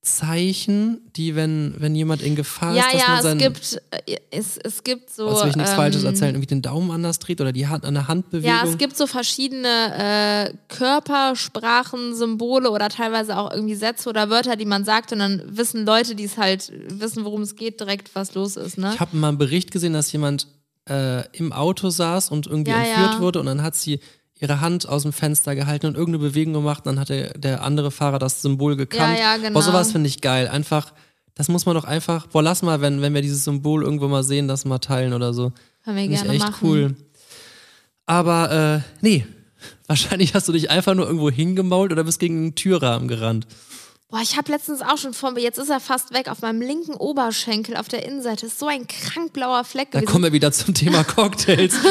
B: Zeichen, die, wenn, wenn jemand in Gefahr
A: Ja,
B: ist, dass
A: ja,
B: man
A: es
B: seinen,
A: gibt, äh, es, es gibt so.
B: Jetzt will ich nichts
A: ähm,
B: Falsches erzählen, irgendwie den Daumen anders dreht oder die Hand an der Handbewegung.
A: Ja, es gibt so verschiedene äh, Körpersprachen, Symbole oder teilweise auch irgendwie Sätze oder Wörter, die man sagt und dann wissen Leute, die es halt wissen, worum es geht, direkt, was los ist, ne?
B: Ich habe mal einen Bericht gesehen, dass jemand äh, im Auto saß und irgendwie
A: Ja,
B: entführt
A: ja.
B: wurde und dann hat sie ihre Hand aus dem Fenster gehalten und irgendeine Bewegung gemacht und dann hat der, der andere Fahrer das Symbol gekannt.
A: Ja, ja, genau.
B: Boah, sowas finde ich geil. Einfach, das muss man doch einfach, boah, lass mal, wenn, wenn wir dieses Symbol irgendwo mal sehen, das mal teilen oder so.
A: Können wir
B: Finde ich
A: gerne
B: echt
A: machen.
B: cool. Aber, äh, nee. <laughs> Wahrscheinlich hast du dich einfach nur irgendwo hingemault oder bist gegen einen Türrahmen gerannt.
A: Boah, ich habe letztens auch schon von, jetzt ist er fast weg, auf meinem linken Oberschenkel auf der Innenseite ist so ein krank blauer Fleck
B: Da
A: gewesen.
B: kommen wir wieder zum Thema Cocktails. <laughs>
A: <laughs>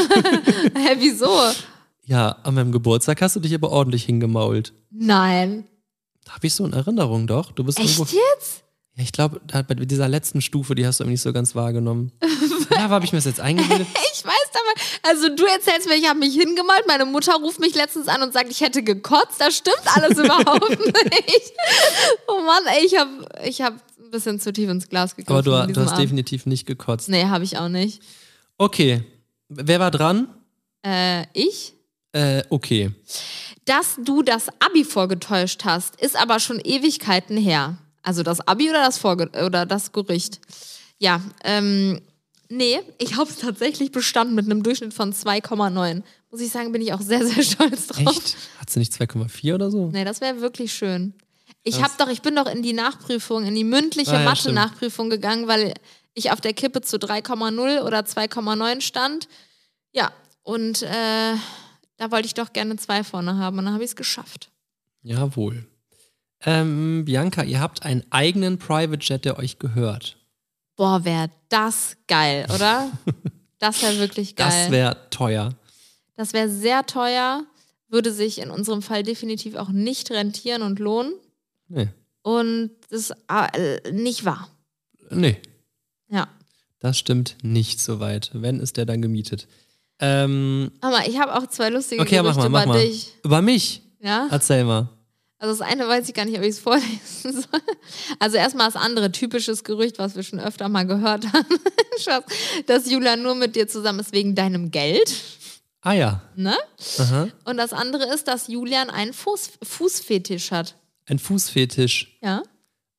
A: Hä, wieso?
B: Ja, an meinem Geburtstag hast du dich aber ordentlich hingemault.
A: Nein.
B: Hab ich so in Erinnerung, doch? Du bist
A: Echt
B: irgendwo.
A: jetzt?
B: Ja, ich glaube, da- bei dieser letzten Stufe, die hast du irgendwie nicht so
A: <laughs>
B: ganz wahrgenommen. Ja, habe ich mir das jetzt eingebildet?
A: Ich weiß aber, also du erzählst mir, ich habe mich hingemalt. Meine Mutter ruft mich letztens an und sagt, ich hätte gekotzt. Das stimmt
B: <laughs>
A: alles überhaupt nicht. Oh Mann, ey, ich habe ich hab ein bisschen zu tief ins Glas gegriffen.
B: Aber du,
A: an
B: du
A: diesem
B: hast
A: Abend.
B: definitiv nicht gekotzt.
A: Nee, habe ich auch nicht.
B: Okay. Wer war dran?
A: Äh, ich?
B: Äh, okay.
A: Dass du das Abi vorgetäuscht hast, ist aber schon Ewigkeiten her. Also das Abi oder das, Vorge oder das Gerücht? Ja, ähm, nee, ich habe es tatsächlich bestanden mit einem Durchschnitt von 2,9. Muss <laughs> ich sagen, bin ich auch sehr, sehr stolz drauf.
B: Echt? Hat sie nicht 2,4 oder so?
A: Nee, das wäre wirklich schön. Ich hab doch, ich bin doch in die Nachprüfung, in die mündliche
B: Ah, ja, stimmt.
A: Mathe-Nachprüfung gegangen, weil ich auf der Kippe zu 3,0 oder 2,9 stand. Ja, und äh, da wollte ich doch gerne zwei vorne haben und dann habe ich es geschafft.
B: Jawohl. Ähm, Bianca, ihr habt einen eigenen Private Jet, der euch gehört.
A: Boah, wäre das geil,
B: <laughs>
A: oder? das wäre wirklich geil.
B: Das wäre teuer.
A: Das wäre sehr teuer, würde sich in unserem Fall definitiv auch nicht rentieren und lohnen.
B: Nee.
A: Und das ist äh, nicht wahr.
B: Nee,
A: Ja.
B: das stimmt nicht so weit. Wenn, ist der dann gemietet. Ähm,
A: Aber ich habe auch zwei lustige
B: okay, ja, mach
A: Gerüchte
B: mal, mach
A: über
B: mal.
A: dich.
B: Über mich?
A: Ja?
B: Erzähl mal.
A: Also das eine weiß ich gar nicht, ob ich es vorlesen <laughs> soll. Also erstmal das andere, typisches Gerücht, was wir schon öfter mal gehört <laughs> haben, Schatz, dass Jula nur mit dir zusammen ist wegen deinem Geld.
B: Ah ja.
A: Ne?
B: Aha.
A: Und das andere ist, dass Julian einen Fuß, Fußfetisch hat.
B: Ein Fußfetisch.
A: Ja?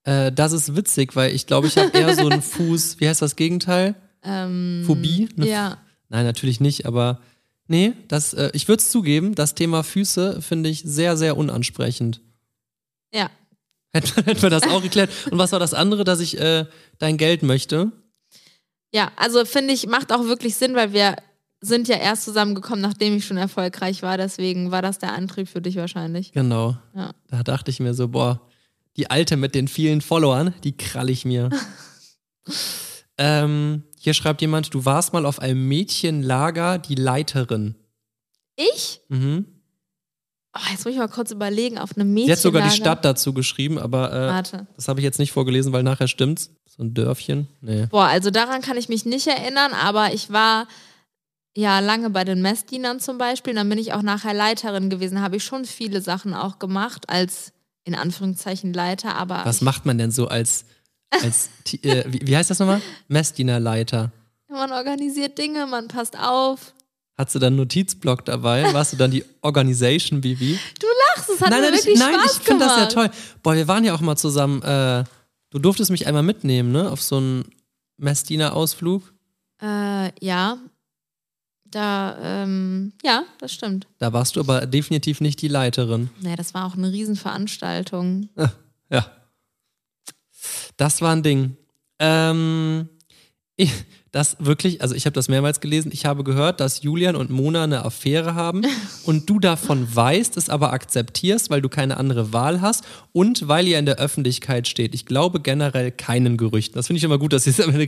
B: Äh, das ist witzig, weil ich glaube, ich habe eher
A: <laughs>
B: so einen Fuß. Wie heißt das Gegenteil?
A: Ähm,
B: Phobie? Eine
A: Ja.
B: Nein, natürlich nicht, aber nee, das, äh, ich würde es zugeben, das Thema Füße finde ich sehr, sehr unansprechend. <laughs>
A: Ja.
B: Hätten hätten wir das auch geklärt. Und was war das andere, dass ich äh, dein Geld möchte?
A: Ja, also finde ich, macht auch wirklich Sinn, weil wir sind ja erst zusammengekommen, nachdem ich schon erfolgreich war. Deswegen war das der Antrieb für dich wahrscheinlich.
B: Genau.
A: Ja.
B: Da dachte ich mir so, boah, die Alte mit den vielen Followern, die krall ich mir.
A: <laughs>
B: ähm, hier schreibt jemand, du warst mal auf einem Mädchenlager die Leiterin.
A: Ich?
B: Mhm.
A: Oh, jetzt muss ich mal kurz überlegen, auf einem Mädchen.
B: Sie hat sogar die Stadt dazu geschrieben, aber äh,
A: Warte.
B: das habe ich jetzt nicht vorgelesen, weil nachher stimmt's. So ein Dörfchen. Nee.
A: Boah, also daran kann ich mich nicht erinnern, aber ich war ja lange bei den Messdienern zum Beispiel. Dann bin ich auch nachher Leiterin gewesen. Habe ich schon viele Sachen auch gemacht als in Anführungszeichen Leiter, aber
B: Was
A: ich
B: macht man denn so als, als
A: <laughs>
B: T- äh, wie, wie heißt das nochmal? Messdienerleiter.
A: man organisiert Dinge, man passt auf.
B: Hattest du dann einen Notizblock dabei? Warst du dann die Organization Bibi?
A: Du lachst, es hat mir
B: ich-
A: wirklich
B: nein,
A: Spaß
B: ich finde das ja
A: gemacht.
B: toll. Boah, wir waren ja auch mal zusammen. Äh, du durftest mich einmal mitnehmen, ne? Auf so einen Messdiener-Ausflug.
A: Äh, ja. Da, ähm, ja, das stimmt.
B: Da warst du aber definitiv nicht die Leiterin.
A: Naja, das war auch eine Riesenveranstaltung.
B: Ja. Das war ein Ding. Ähm, ich, das wirklich, also ich habe das mehrmals gelesen. Ich habe gehört, dass Julian und Mona eine
A: <laughs>
B: Affäre haben und du davon weißt, es aber akzeptierst, weil du keine andere Wahl hast und weil ihr in der Öffentlichkeit steht. Ich glaube generell keinen Gerüchten. Das finde ich immer gut, dass sie es am Ende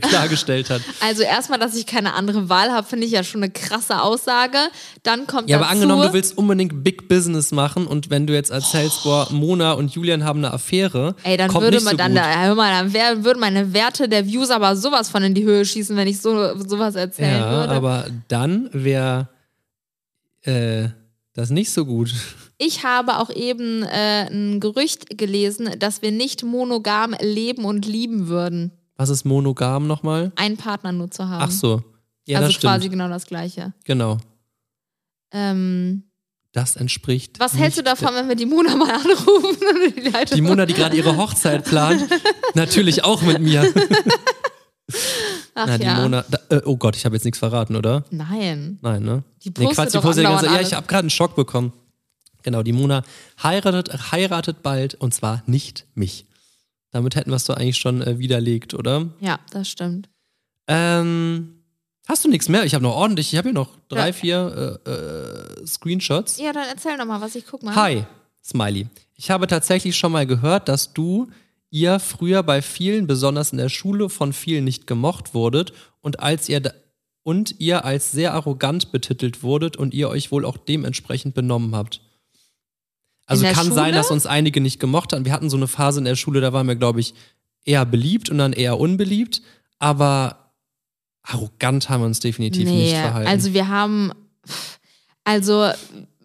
A: <laughs>
B: klargestellt hat.
A: Also erstmal, dass ich keine andere Wahl habe, finde ich ja schon eine krasse Aussage. Dann kommt
B: Ja,
A: dazu,
B: aber angenommen, du willst unbedingt Big Business machen und wenn du jetzt erzählst, boah, Mona und Julian haben eine Affäre,
A: Oh. Ey, dann
B: kommt
A: würde
B: nicht
A: man
B: so
A: dann,
B: gut.
A: da, hör mal, dann wär, würden meine Werte der Views aber sowas von in die Höhe schießen, wenn ich so sowas erzählen
B: Ja,
A: würde.
B: aber dann wäre äh, das nicht so gut.
A: ich habe auch eben äh, ein Gerücht gelesen, dass wir nicht monogam leben und lieben würden,
B: Was ist monogam nochmal?
A: einen Partner nur zu haben.
B: Ach so. Ja,
A: also
B: das stimmt.
A: quasi genau das Gleiche.
B: Genau.
A: Ähm,
B: Das entspricht.
A: was hältst du
B: nicht
A: davon, wenn wir die Mona mal <laughs> anrufen? und die Leute-
B: der- Die Mona, die gerade ihre
A: <laughs>
B: Hochzeit plant, natürlich auch mit mir.
A: Ach
B: Na, die
A: ja.
B: Mona. Da, äh, oh Gott, ich habe jetzt nichts verraten, oder?
A: Nein.
B: Nein, ne?
A: Die postet doch
B: die
A: andauernd
B: Ja,
A: alles.
B: ich habe gerade einen Schock bekommen. Genau, die Mona heiratet, heiratet bald und zwar nicht mich. Damit hätten wir es doch eigentlich schon äh, widerlegt, oder?
A: Ja, das stimmt.
B: Ähm, hast du nichts mehr? Ich habe noch ordentlich, ich habe hier noch drei,
A: Ja.
B: vier äh, äh, Screenshots.
A: Ja, dann erzähl noch mal, was ich guck mal.
B: Hi, Smiley. Ich habe tatsächlich schon mal gehört, dass du ihr früher bei vielen, besonders in der Schule, von vielen nicht gemocht wurdet und als ihr da und ihr als sehr arrogant betitelt wurdet und ihr euch wohl auch dementsprechend benommen habt. Also
A: In der
B: kann sein,
A: Schule?
B: dass uns einige nicht gemocht haben. Wir hatten so eine Phase in der Schule, da waren wir, glaube ich, eher beliebt und dann eher unbeliebt. Aber arrogant haben wir uns definitiv nicht verhalten.
A: Also wir haben, also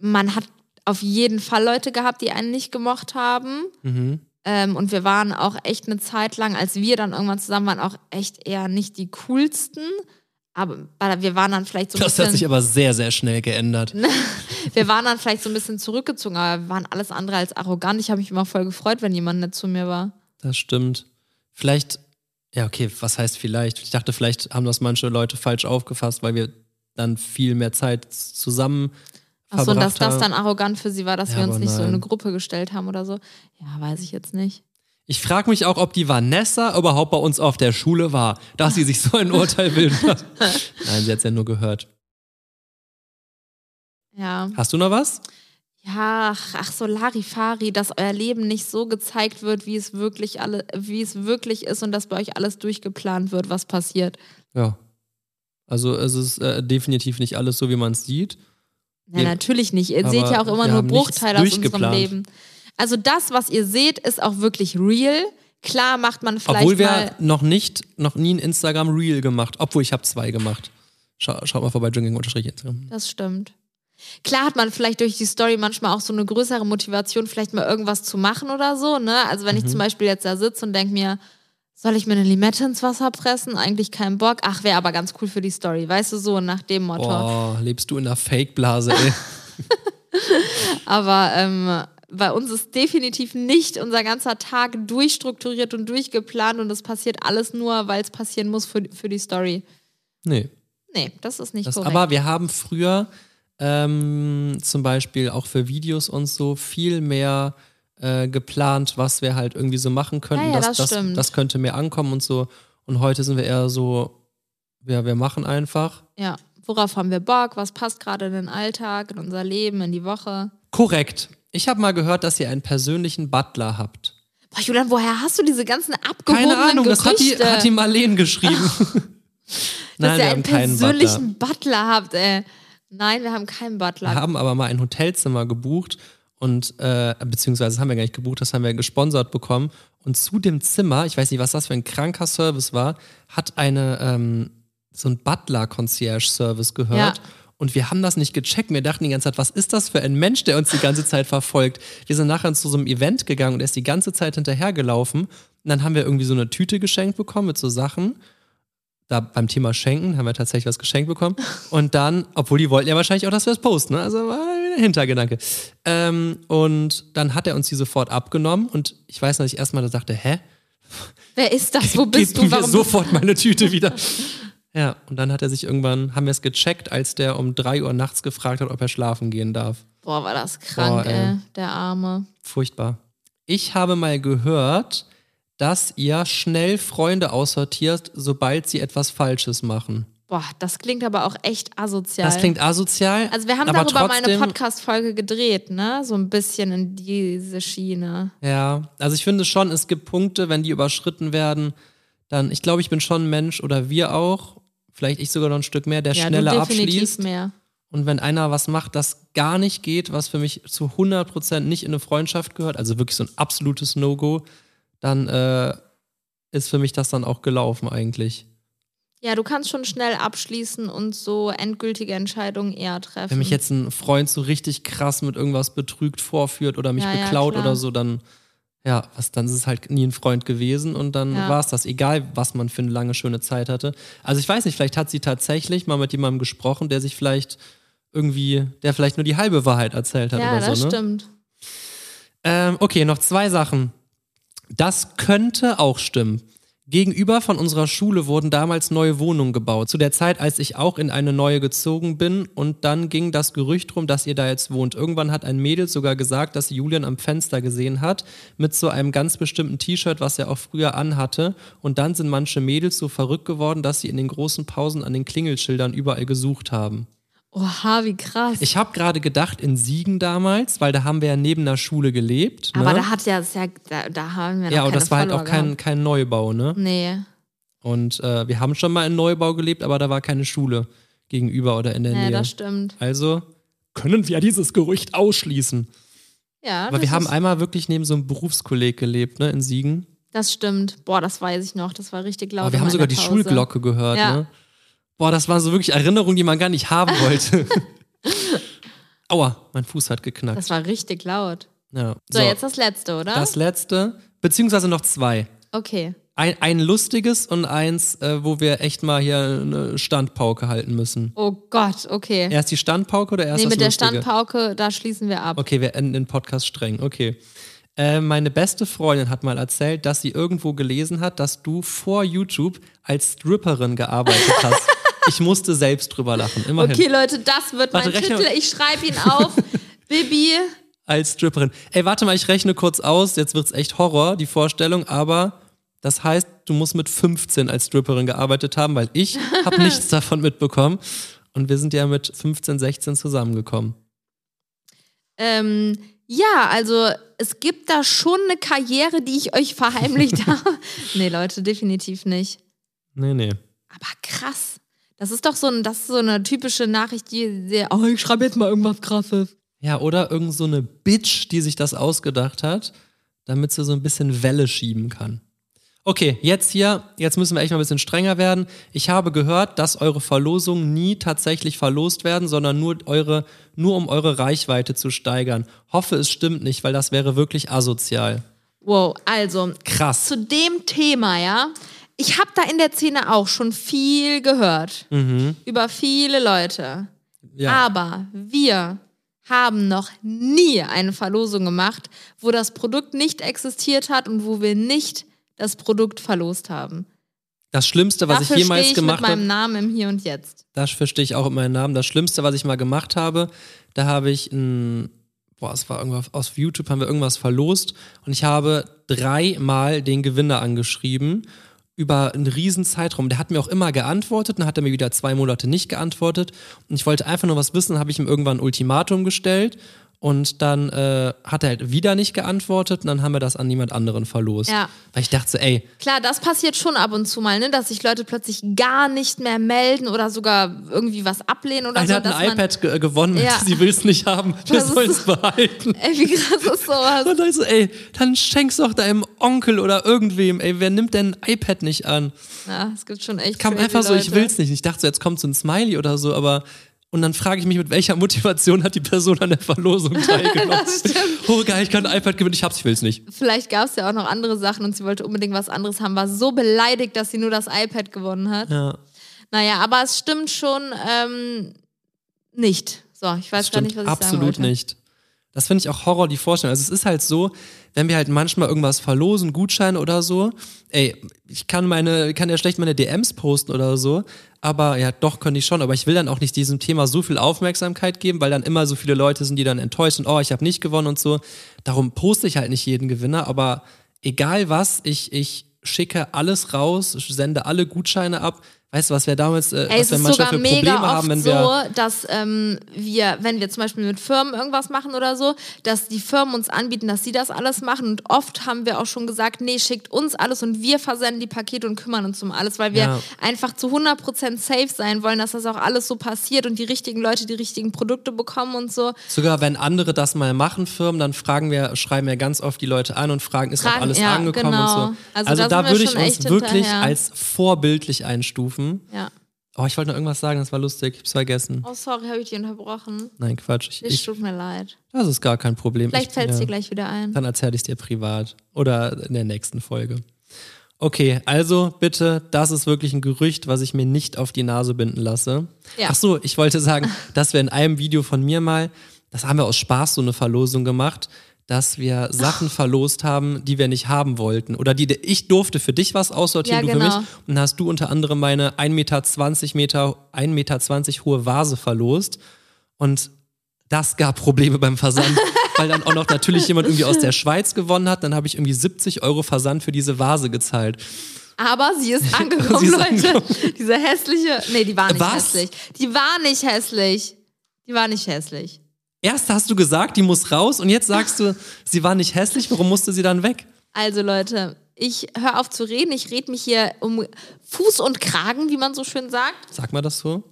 A: man hat auf jeden Fall Leute gehabt, die einen nicht gemocht haben.
B: mhm.
A: Ähm, und wir waren auch echt eine Zeit lang, als wir dann irgendwann zusammen waren, auch echt eher nicht die coolsten. Aber aber wir waren dann vielleicht so ein
B: Das hat sich
A: bisschen,
B: aber sehr, sehr schnell geändert.
A: wir waren dann vielleicht so ein bisschen zurückgezogen, aber wir waren alles andere als arrogant. Ich habe mich immer voll gefreut, wenn jemand nett zu mir war.
B: Das stimmt. Vielleicht, ja, okay, was heißt vielleicht? Ich dachte, vielleicht haben das manche Leute falsch aufgefasst, weil wir dann viel mehr Zeit zusammen
A: Ach so, und dass
B: verbracht
A: das
B: haben.
A: dann arrogant für sie war, dass
B: Ja,
A: wir uns
B: aber
A: nicht so in eine
B: nein.
A: Gruppe gestellt haben oder so. Ja, weiß ich jetzt nicht.
B: Ich frage mich auch, ob die Vanessa überhaupt bei uns auf der Schule war, dass sie sich so ein
A: <laughs>
B: Urteil bilden hat. Nein, sie hat es ja nur gehört.
A: Ja.
B: Hast du noch was?
A: Ja, ach, ach so, Larifari, dass euer Leben nicht so gezeigt wird, wie es wirklich alle, wie es wirklich ist und dass bei euch alles durchgeplant wird, was passiert.
B: Ja. Also es ist äh, definitiv nicht alles so, wie man es sieht.
A: Na,
B: Nee,
A: natürlich nicht. Ihr
B: aber
A: seht ja auch immer
B: wir
A: nur
B: haben nichts
A: Bruchteile aus unserem
B: durchgeplant.
A: Leben. Also das, was ihr seht, ist auch wirklich real. Klar macht man vielleicht
B: Obwohl wir
A: mal.
B: noch nicht, noch nie ein Instagram Reel gemacht. Obwohl ich habe zwei gemacht. Schau, schaut mal vorbei, Drinking-Instagram.
A: Das stimmt. Klar hat man vielleicht durch die Story manchmal auch so eine größere Motivation, vielleicht mal irgendwas zu machen oder so. Ne? Also wenn ich
B: Mhm.
A: zum Beispiel jetzt da sitze und denke mir, soll ich mir eine Limette ins Wasser pressen? Eigentlich kein Bock. Ach, wäre aber ganz cool für die Story. Weißt du, so nach dem Motto.
B: Boah, lebst du in einer Fake-Blase, ey.
A: Aber ähm, bei uns ist definitiv nicht unser ganzer Tag durchstrukturiert und durchgeplant und es passiert alles nur, weil es passieren muss für, für die Story.
B: Nee.
A: <laughs> Nee, das ist nicht
B: Das,
A: korrekt.
B: aber wir haben früher ähm, zum Beispiel auch für Videos und so viel mehr äh, geplant, was wir halt irgendwie so machen könnten.
A: Ja, ja,
B: das,
A: das
B: das,
A: stimmt.
B: das könnte mehr ankommen und so. Und heute sind wir eher so, ja, wir machen einfach.
A: ja. Worauf haben wir Bock? Was passt gerade in den Alltag, in unser Leben, in die Woche?
B: Korrekt. Ich habe mal gehört, dass ihr einen persönlichen Butler habt.
A: Boah, Julian, woher hast du diese ganzen abgehobenen
B: Keine Ahnung, das hat die,
A: Gerüchte?
B: hat die Marleen geschrieben.
A: <laughs>
B: <laughs>
A: dass ihr
B: Nein, wir
A: einen
B: haben keinen Butler.
A: persönlichen Butler. habt, ey. Nein, wir haben keinen Butler.
B: Wir haben aber mal ein Hotelzimmer gebucht und äh, beziehungsweise das haben wir gar nicht gebucht, das haben wir gesponsert bekommen. Und zu dem Zimmer, ich weiß nicht, was das für ein kranker Service war, hat eine ähm, so ein Butler-Concierge-Service gehört.
A: Ja.
B: Und wir haben das nicht gecheckt. Wir dachten die ganze Zeit, was ist das für ein Mensch, der uns die ganze Zeit verfolgt? Wir sind nachher zu so einem Event gegangen und er ist die ganze Zeit hinterhergelaufen. Und dann haben wir irgendwie so eine Tüte geschenkt bekommen mit so Sachen da beim Thema Schenken haben wir tatsächlich was geschenkt bekommen. Und dann, obwohl die wollten ja wahrscheinlich auch, dass wir es posten, ne? also war wieder ein Hintergedanke. Ähm, und dann hat er uns die sofort abgenommen und ich weiß noch, dass ich erstmal da dachte, hä?
A: Wer ist das? Wo bist
B: Gib
A: du?
B: mir
A: Warum
B: sofort meine <laughs> Tüte wieder. ja, und dann hat er sich irgendwann, haben wir es gecheckt, als der um drei Uhr nachts gefragt hat, ob er schlafen gehen darf.
A: Boah, war das krank,
B: Boah, ey.
A: ey. Der Arme.
B: Furchtbar. Ich habe mal gehört, dass ihr schnell Freunde aussortiert, sobald sie etwas Falsches machen.
A: Boah, das klingt aber auch echt asozial.
B: Das klingt asozial.
A: also wir haben
B: aber
A: darüber mal eine
B: trotzdem-
A: Podcast-Folge gedreht, ne? So ein bisschen in diese Schiene.
B: Ja, also ich finde schon, es gibt Punkte, wenn die überschritten werden, dann, ich glaube, ich bin schon ein Mensch oder wir auch, vielleicht ich sogar noch ein Stück mehr, der schneller
A: du definitiv
B: abschließt.
A: mehr.
B: Und wenn einer was macht, das gar nicht geht, was für mich zu 100% nicht in eine Freundschaft gehört, also wirklich so ein absolutes No-Go, dann äh, ist für mich das dann auch gelaufen eigentlich.
A: Ja, du kannst schon schnell abschließen und so endgültige Entscheidungen eher treffen.
B: Wenn mich jetzt ein Freund so richtig krass mit irgendwas betrügt vorführt oder mich
A: Ja, ja,
B: beklaut
A: klar.
B: oder so, dann ja, was dann ist es halt nie ein Freund gewesen und dann
A: Ja.
B: war's war es das, egal was man für eine lange schöne Zeit hatte. Also ich weiß nicht, vielleicht hat sie tatsächlich mal mit jemandem gesprochen, der sich vielleicht irgendwie, der vielleicht nur die halbe Wahrheit erzählt hat
A: ja,
B: oder
A: das
B: so. Ne?
A: stimmt.
B: Ähm, okay, noch zwei Sachen. Das könnte auch stimmen. Gegenüber von unserer Schule wurden damals neue Wohnungen gebaut. Zu der Zeit, als ich auch in eine neue gezogen bin. Und dann ging das Gerücht drum, dass ihr da jetzt wohnt. Irgendwann hat ein Mädel sogar gesagt, dass sie Julian am Fenster gesehen hat. Mit so einem ganz bestimmten T-Shirt, was er auch früher anhatte. Und dann sind manche Mädels so verrückt geworden, dass sie in den großen Pausen an den Klingelschildern überall gesucht haben.
A: Oha, wie krass.
B: Ich habe gerade gedacht, in Siegen damals, weil da haben wir ja neben der Schule gelebt.
A: aber
B: ne?
A: da hat ja, ist ja da, da haben wir
B: Ja,
A: noch
B: und
A: keine
B: das war halt
A: Follower
B: auch kein,
A: gehabt.
B: kein Neubau, ne?
A: Nee,
B: Und äh, wir haben schon mal in Neubau gelebt, aber da war keine Schule gegenüber oder in der
A: nee,
B: Nähe.
A: das stimmt.
B: Also können wir dieses Gerücht ausschließen.
A: Ja,
B: Aber
A: das,
B: wir haben
A: ist,
B: einmal wirklich neben so einem Berufskolleg gelebt, ne, in Siegen.
A: das stimmt. Boah, das weiß ich noch. Das war richtig laut.
B: Aber wir
A: in
B: haben
A: meiner
B: sogar die
A: Pause.
B: Schulglocke gehört,
A: Ja.
B: ne? Boah, das waren so wirklich Erinnerungen, die man gar
A: <laughs>
B: nicht haben wollte. Aua, mein Fuß hat geknackt.
A: Das war richtig laut.
B: Ja.
A: So, jetzt das letzte, oder?
B: das letzte, beziehungsweise noch zwei.
A: okay.
B: Ein, ein lustiges und eins, äh, wo wir echt mal hier eine Standpauke halten müssen.
A: Oh Gott, okay.
B: Erst die Standpauke oder erst
A: nee,
B: das
A: mit der
B: Lustige?
A: Standpauke, da schließen wir ab.
B: Okay, wir enden den Podcast streng. Okay. Äh, meine beste Freundin hat mal
A: <laughs>
B: erzählt, dass sie irgendwo gelesen hat, dass du vor YouTube als Stripperin gearbeitet hast. Ich musste selbst drüber lachen. Immerhin.
A: Okay, Leute, das wird
B: Warte,
A: mein
B: rechne-
A: Titel. Ich schreibe ihn
B: <laughs>
A: auf. Bibi,
B: Als Stripperin. Ey, warte mal, ich rechne kurz aus. Jetzt wird's echt Horror, die Vorstellung. Aber das heißt, du musst mit 15 als Stripperin gearbeitet haben, weil ich habe nichts davon mitbekommen. Und wir sind ja mit 15, 16 zusammengekommen.
A: Ähm, ja, also es gibt da schon eine Karriere, die ich euch verheimlicht <laughs> habe. Nee, Leute, definitiv nicht.
B: Nee, nee.
A: Aber krass. Das ist doch so, ein, das ist so eine typische Nachricht, die sehr, oh, ich schreibe jetzt mal irgendwas Krasses.
B: Ja, oder irgend so eine Bitch, die sich das ausgedacht hat, damit sie so ein bisschen Welle schieben kann. Okay, jetzt hier, jetzt müssen wir echt mal ein bisschen strenger werden. Ich habe gehört, dass eure Verlosungen nie tatsächlich verlost werden, sondern nur eure, nur um eure Reichweite zu steigern. Hoffe, es stimmt nicht, weil das wäre wirklich asozial.
A: Wow, also
B: Krass.
A: zu dem Thema, ja. Ich habe da in der Szene auch schon viel gehört. Über viele Leute.
B: Mhm. Ja.
A: Aber wir haben noch nie eine Verlosung gemacht, wo das Produkt nicht existiert hat und wo wir nicht das Produkt verlost haben.
B: Das Schlimmste, was
A: Dafür stehe
B: ich jemals
A: ich
B: gemacht
A: mit
B: habe.
A: meinem Namen im Hier und Jetzt.
B: Das verstehe ich auch in meinen Namen. Das Schlimmste, was ich mal gemacht habe, da habe ich ein, boah, es war irgendwas, aus YouTube haben wir irgendwas verlost und ich habe dreimal den Gewinner angeschrieben über einen riesen Zeitraum. Der hat mir auch immer geantwortet, dann hat er mir wieder zwei Monate nicht geantwortet und ich wollte einfach nur was wissen, dann habe ich ihm irgendwann ein Ultimatum gestellt und dann äh, hat er halt wieder nicht geantwortet und dann haben wir das an jemand anderen verlost.
A: Ja.
B: Weil ich dachte so, ey,
A: Klar, das passiert schon ab und zu mal, ne? dass sich Leute plötzlich gar nicht mehr melden oder sogar irgendwie was ablehnen oder
B: einer
A: so.
B: hat
A: Also, dass man, <laughs>
B: ein iPad ge gewonnen,
A: Ja.
B: <laughs> sie will es
A: <laughs>
B: nicht haben, wir
A: Das ist
B: sollen es behalten.
A: ey, wie krass ist sowas?
B: <laughs> Und dann so, ey, dann schenk's doch deinem Onkel oder irgendwem. Ey, wer nimmt denn ein iPad nicht an?
A: Ja, es gibt schon echt.
B: Kam
A: crazy
B: einfach so, ich
A: Leute.
B: will's nicht. Ich dachte so, jetzt kommt so ein Smiley oder so, aber. Und dann frage ich mich, mit welcher Motivation hat die Person an
A: <laughs>
B: der Verlosung teilgenommen? oh geil, ich kann ein iPad gewinnen, ich hab's, ich will's nicht.
A: Vielleicht gab es ja auch noch andere Sachen und sie wollte unbedingt was anderes haben, war so beleidigt, dass sie nur das iPad gewonnen hat.
B: Ja,
A: Naja, aber es stimmt schon ähm, nicht. So, ich weiß
B: das
A: gar
B: stimmt
A: nicht, was ich sagen
B: absolut
A: wollte.
B: nicht. Das finde ich auch Horror, die Vorstellung. Also es ist halt so, wenn wir halt manchmal irgendwas verlosen, Gutscheine oder so, ey, ich kann meine, kann ja schlecht meine DMs posten oder so, aber ja, doch könnte ich schon, aber ich will dann auch nicht diesem Thema so viel Aufmerksamkeit geben, weil dann immer so viele Leute sind, die dann enttäuscht sind, oh, ich habe nicht gewonnen und so. Darum poste ich halt nicht jeden Gewinner, aber egal was, ich, ich schicke alles raus, sende alle Gutscheine ab. Weißt du, was wir damals, äh,
A: Ey,
B: was
A: es
B: wir
A: ist
B: manchmal
A: sogar
B: für
A: mega
B: Probleme
A: oft
B: haben, wenn
A: so,
B: wir.
A: dass ähm, wir, wenn wir zum Beispiel mit Firmen irgendwas machen oder so, dass die Firmen uns anbieten, dass sie das alles machen. Und oft haben wir auch schon gesagt, nee, schickt uns alles und wir versenden die Pakete und kümmern uns um alles, weil wir
B: Ja.
A: einfach zu 100% safe sein wollen, dass das auch alles so passiert und die richtigen Leute die richtigen Produkte bekommen und so.
B: Sogar wenn andere das mal machen, Firmen, dann fragen wir, schreiben wir ganz oft die Leute an und fragen, ist
A: Fragen,
B: noch alles
A: ja,
B: angekommen
A: genau.
B: und so.
A: Also
B: Also,
A: da sind
B: da
A: wir
B: würde ich
A: schon
B: uns
A: echt
B: wirklich
A: hinterher.
B: als vorbildlich einstufen.
A: Ja.
B: Oh, ich wollte noch irgendwas sagen, das war lustig, ich hab's vergessen.
A: Oh, sorry, habe ich dich unterbrochen.
B: Nein, Quatsch. Ich,
A: Es
B: ich,
A: tut mir leid.
B: das ist gar kein Problem.
A: Vielleicht
B: Ich-
A: fällt es
B: ja.
A: dir gleich wieder ein.
B: Dann erzähle ich dir privat oder in der nächsten Folge. Okay, also bitte, das ist wirklich ein Gerücht, was ich mir nicht auf die Nase binden lasse.
A: Ja.
B: Ach so, ich wollte sagen, dass wir in einem Video von mir mal, das haben wir aus Spaß so eine Verlosung gemacht, dass wir Sachen verlost haben, die wir nicht haben wollten. Oder die, ich durfte für dich was aussortieren,
A: Ja,
B: du
A: genau.
B: für mich. Und dann hast du unter anderem meine 1,20 Meter, 1,20 Meter hohe Vase verlost. Und das gab Probleme
A: <laughs>
B: beim Versand, weil dann auch noch natürlich jemand irgendwie aus der Schweiz gewonnen hat. Dann habe ich irgendwie 70 Euro Versand für diese Vase gezahlt.
A: Aber sie ist angekommen,
B: <laughs> Sie ist
A: Leute.
B: angekommen.
A: <laughs> Diese hässliche. Nee, die war nicht
B: Was?
A: hässlich. Die war nicht hässlich. Die war nicht hässlich.
B: Erst hast du gesagt, die muss raus und jetzt sagst du, sie war nicht hässlich, warum musste sie dann weg?
A: Also, Leute, ich höre auf zu reden. Ich rede mich hier um Fuß und Kragen, wie man so schön sagt.
B: Sag mal das so.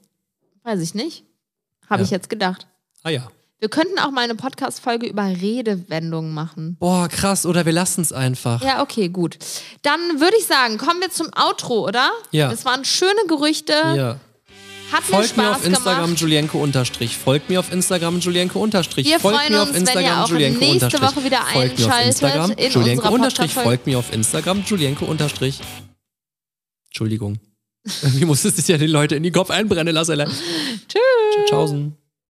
A: Weiß ich nicht. Habe
B: Ja.
A: ich jetzt gedacht.
B: Ah ja.
A: Wir könnten auch mal eine Podcast-Folge über Redewendungen machen.
B: Boah, krass, oder wir lassen es einfach.
A: Ja, okay, gut. Dann würde ich sagen, kommen wir zum Outro, oder?
B: Ja.
A: Das waren schöne Gerüchte.
B: Ja.
A: Hat mir
B: Folgt
A: Spaß
B: mir auf Instagram
A: gemacht.
B: Julienko unterstrich. Folgt mir auf Instagram Julienko unterstrich.
A: Wir
B: Folgt
A: freuen
B: mir
A: uns,
B: auf
A: wenn ihr
B: Instagram
A: auch
B: Julienko
A: nächste
B: unterstrich.
A: Woche wieder
B: Folgt mir auf
A: einschaltet
B: Instagram
A: in
B: Julienko
A: unserer
B: unterstrich.
A: Podcast-Folge.
B: Folgt mir auf Instagram Julienko unterstrich. <laughs> Entschuldigung. Wie musstest du ja die Leute in die Kopf einbrennen lassen? Tschüss. ne? Tschaußen.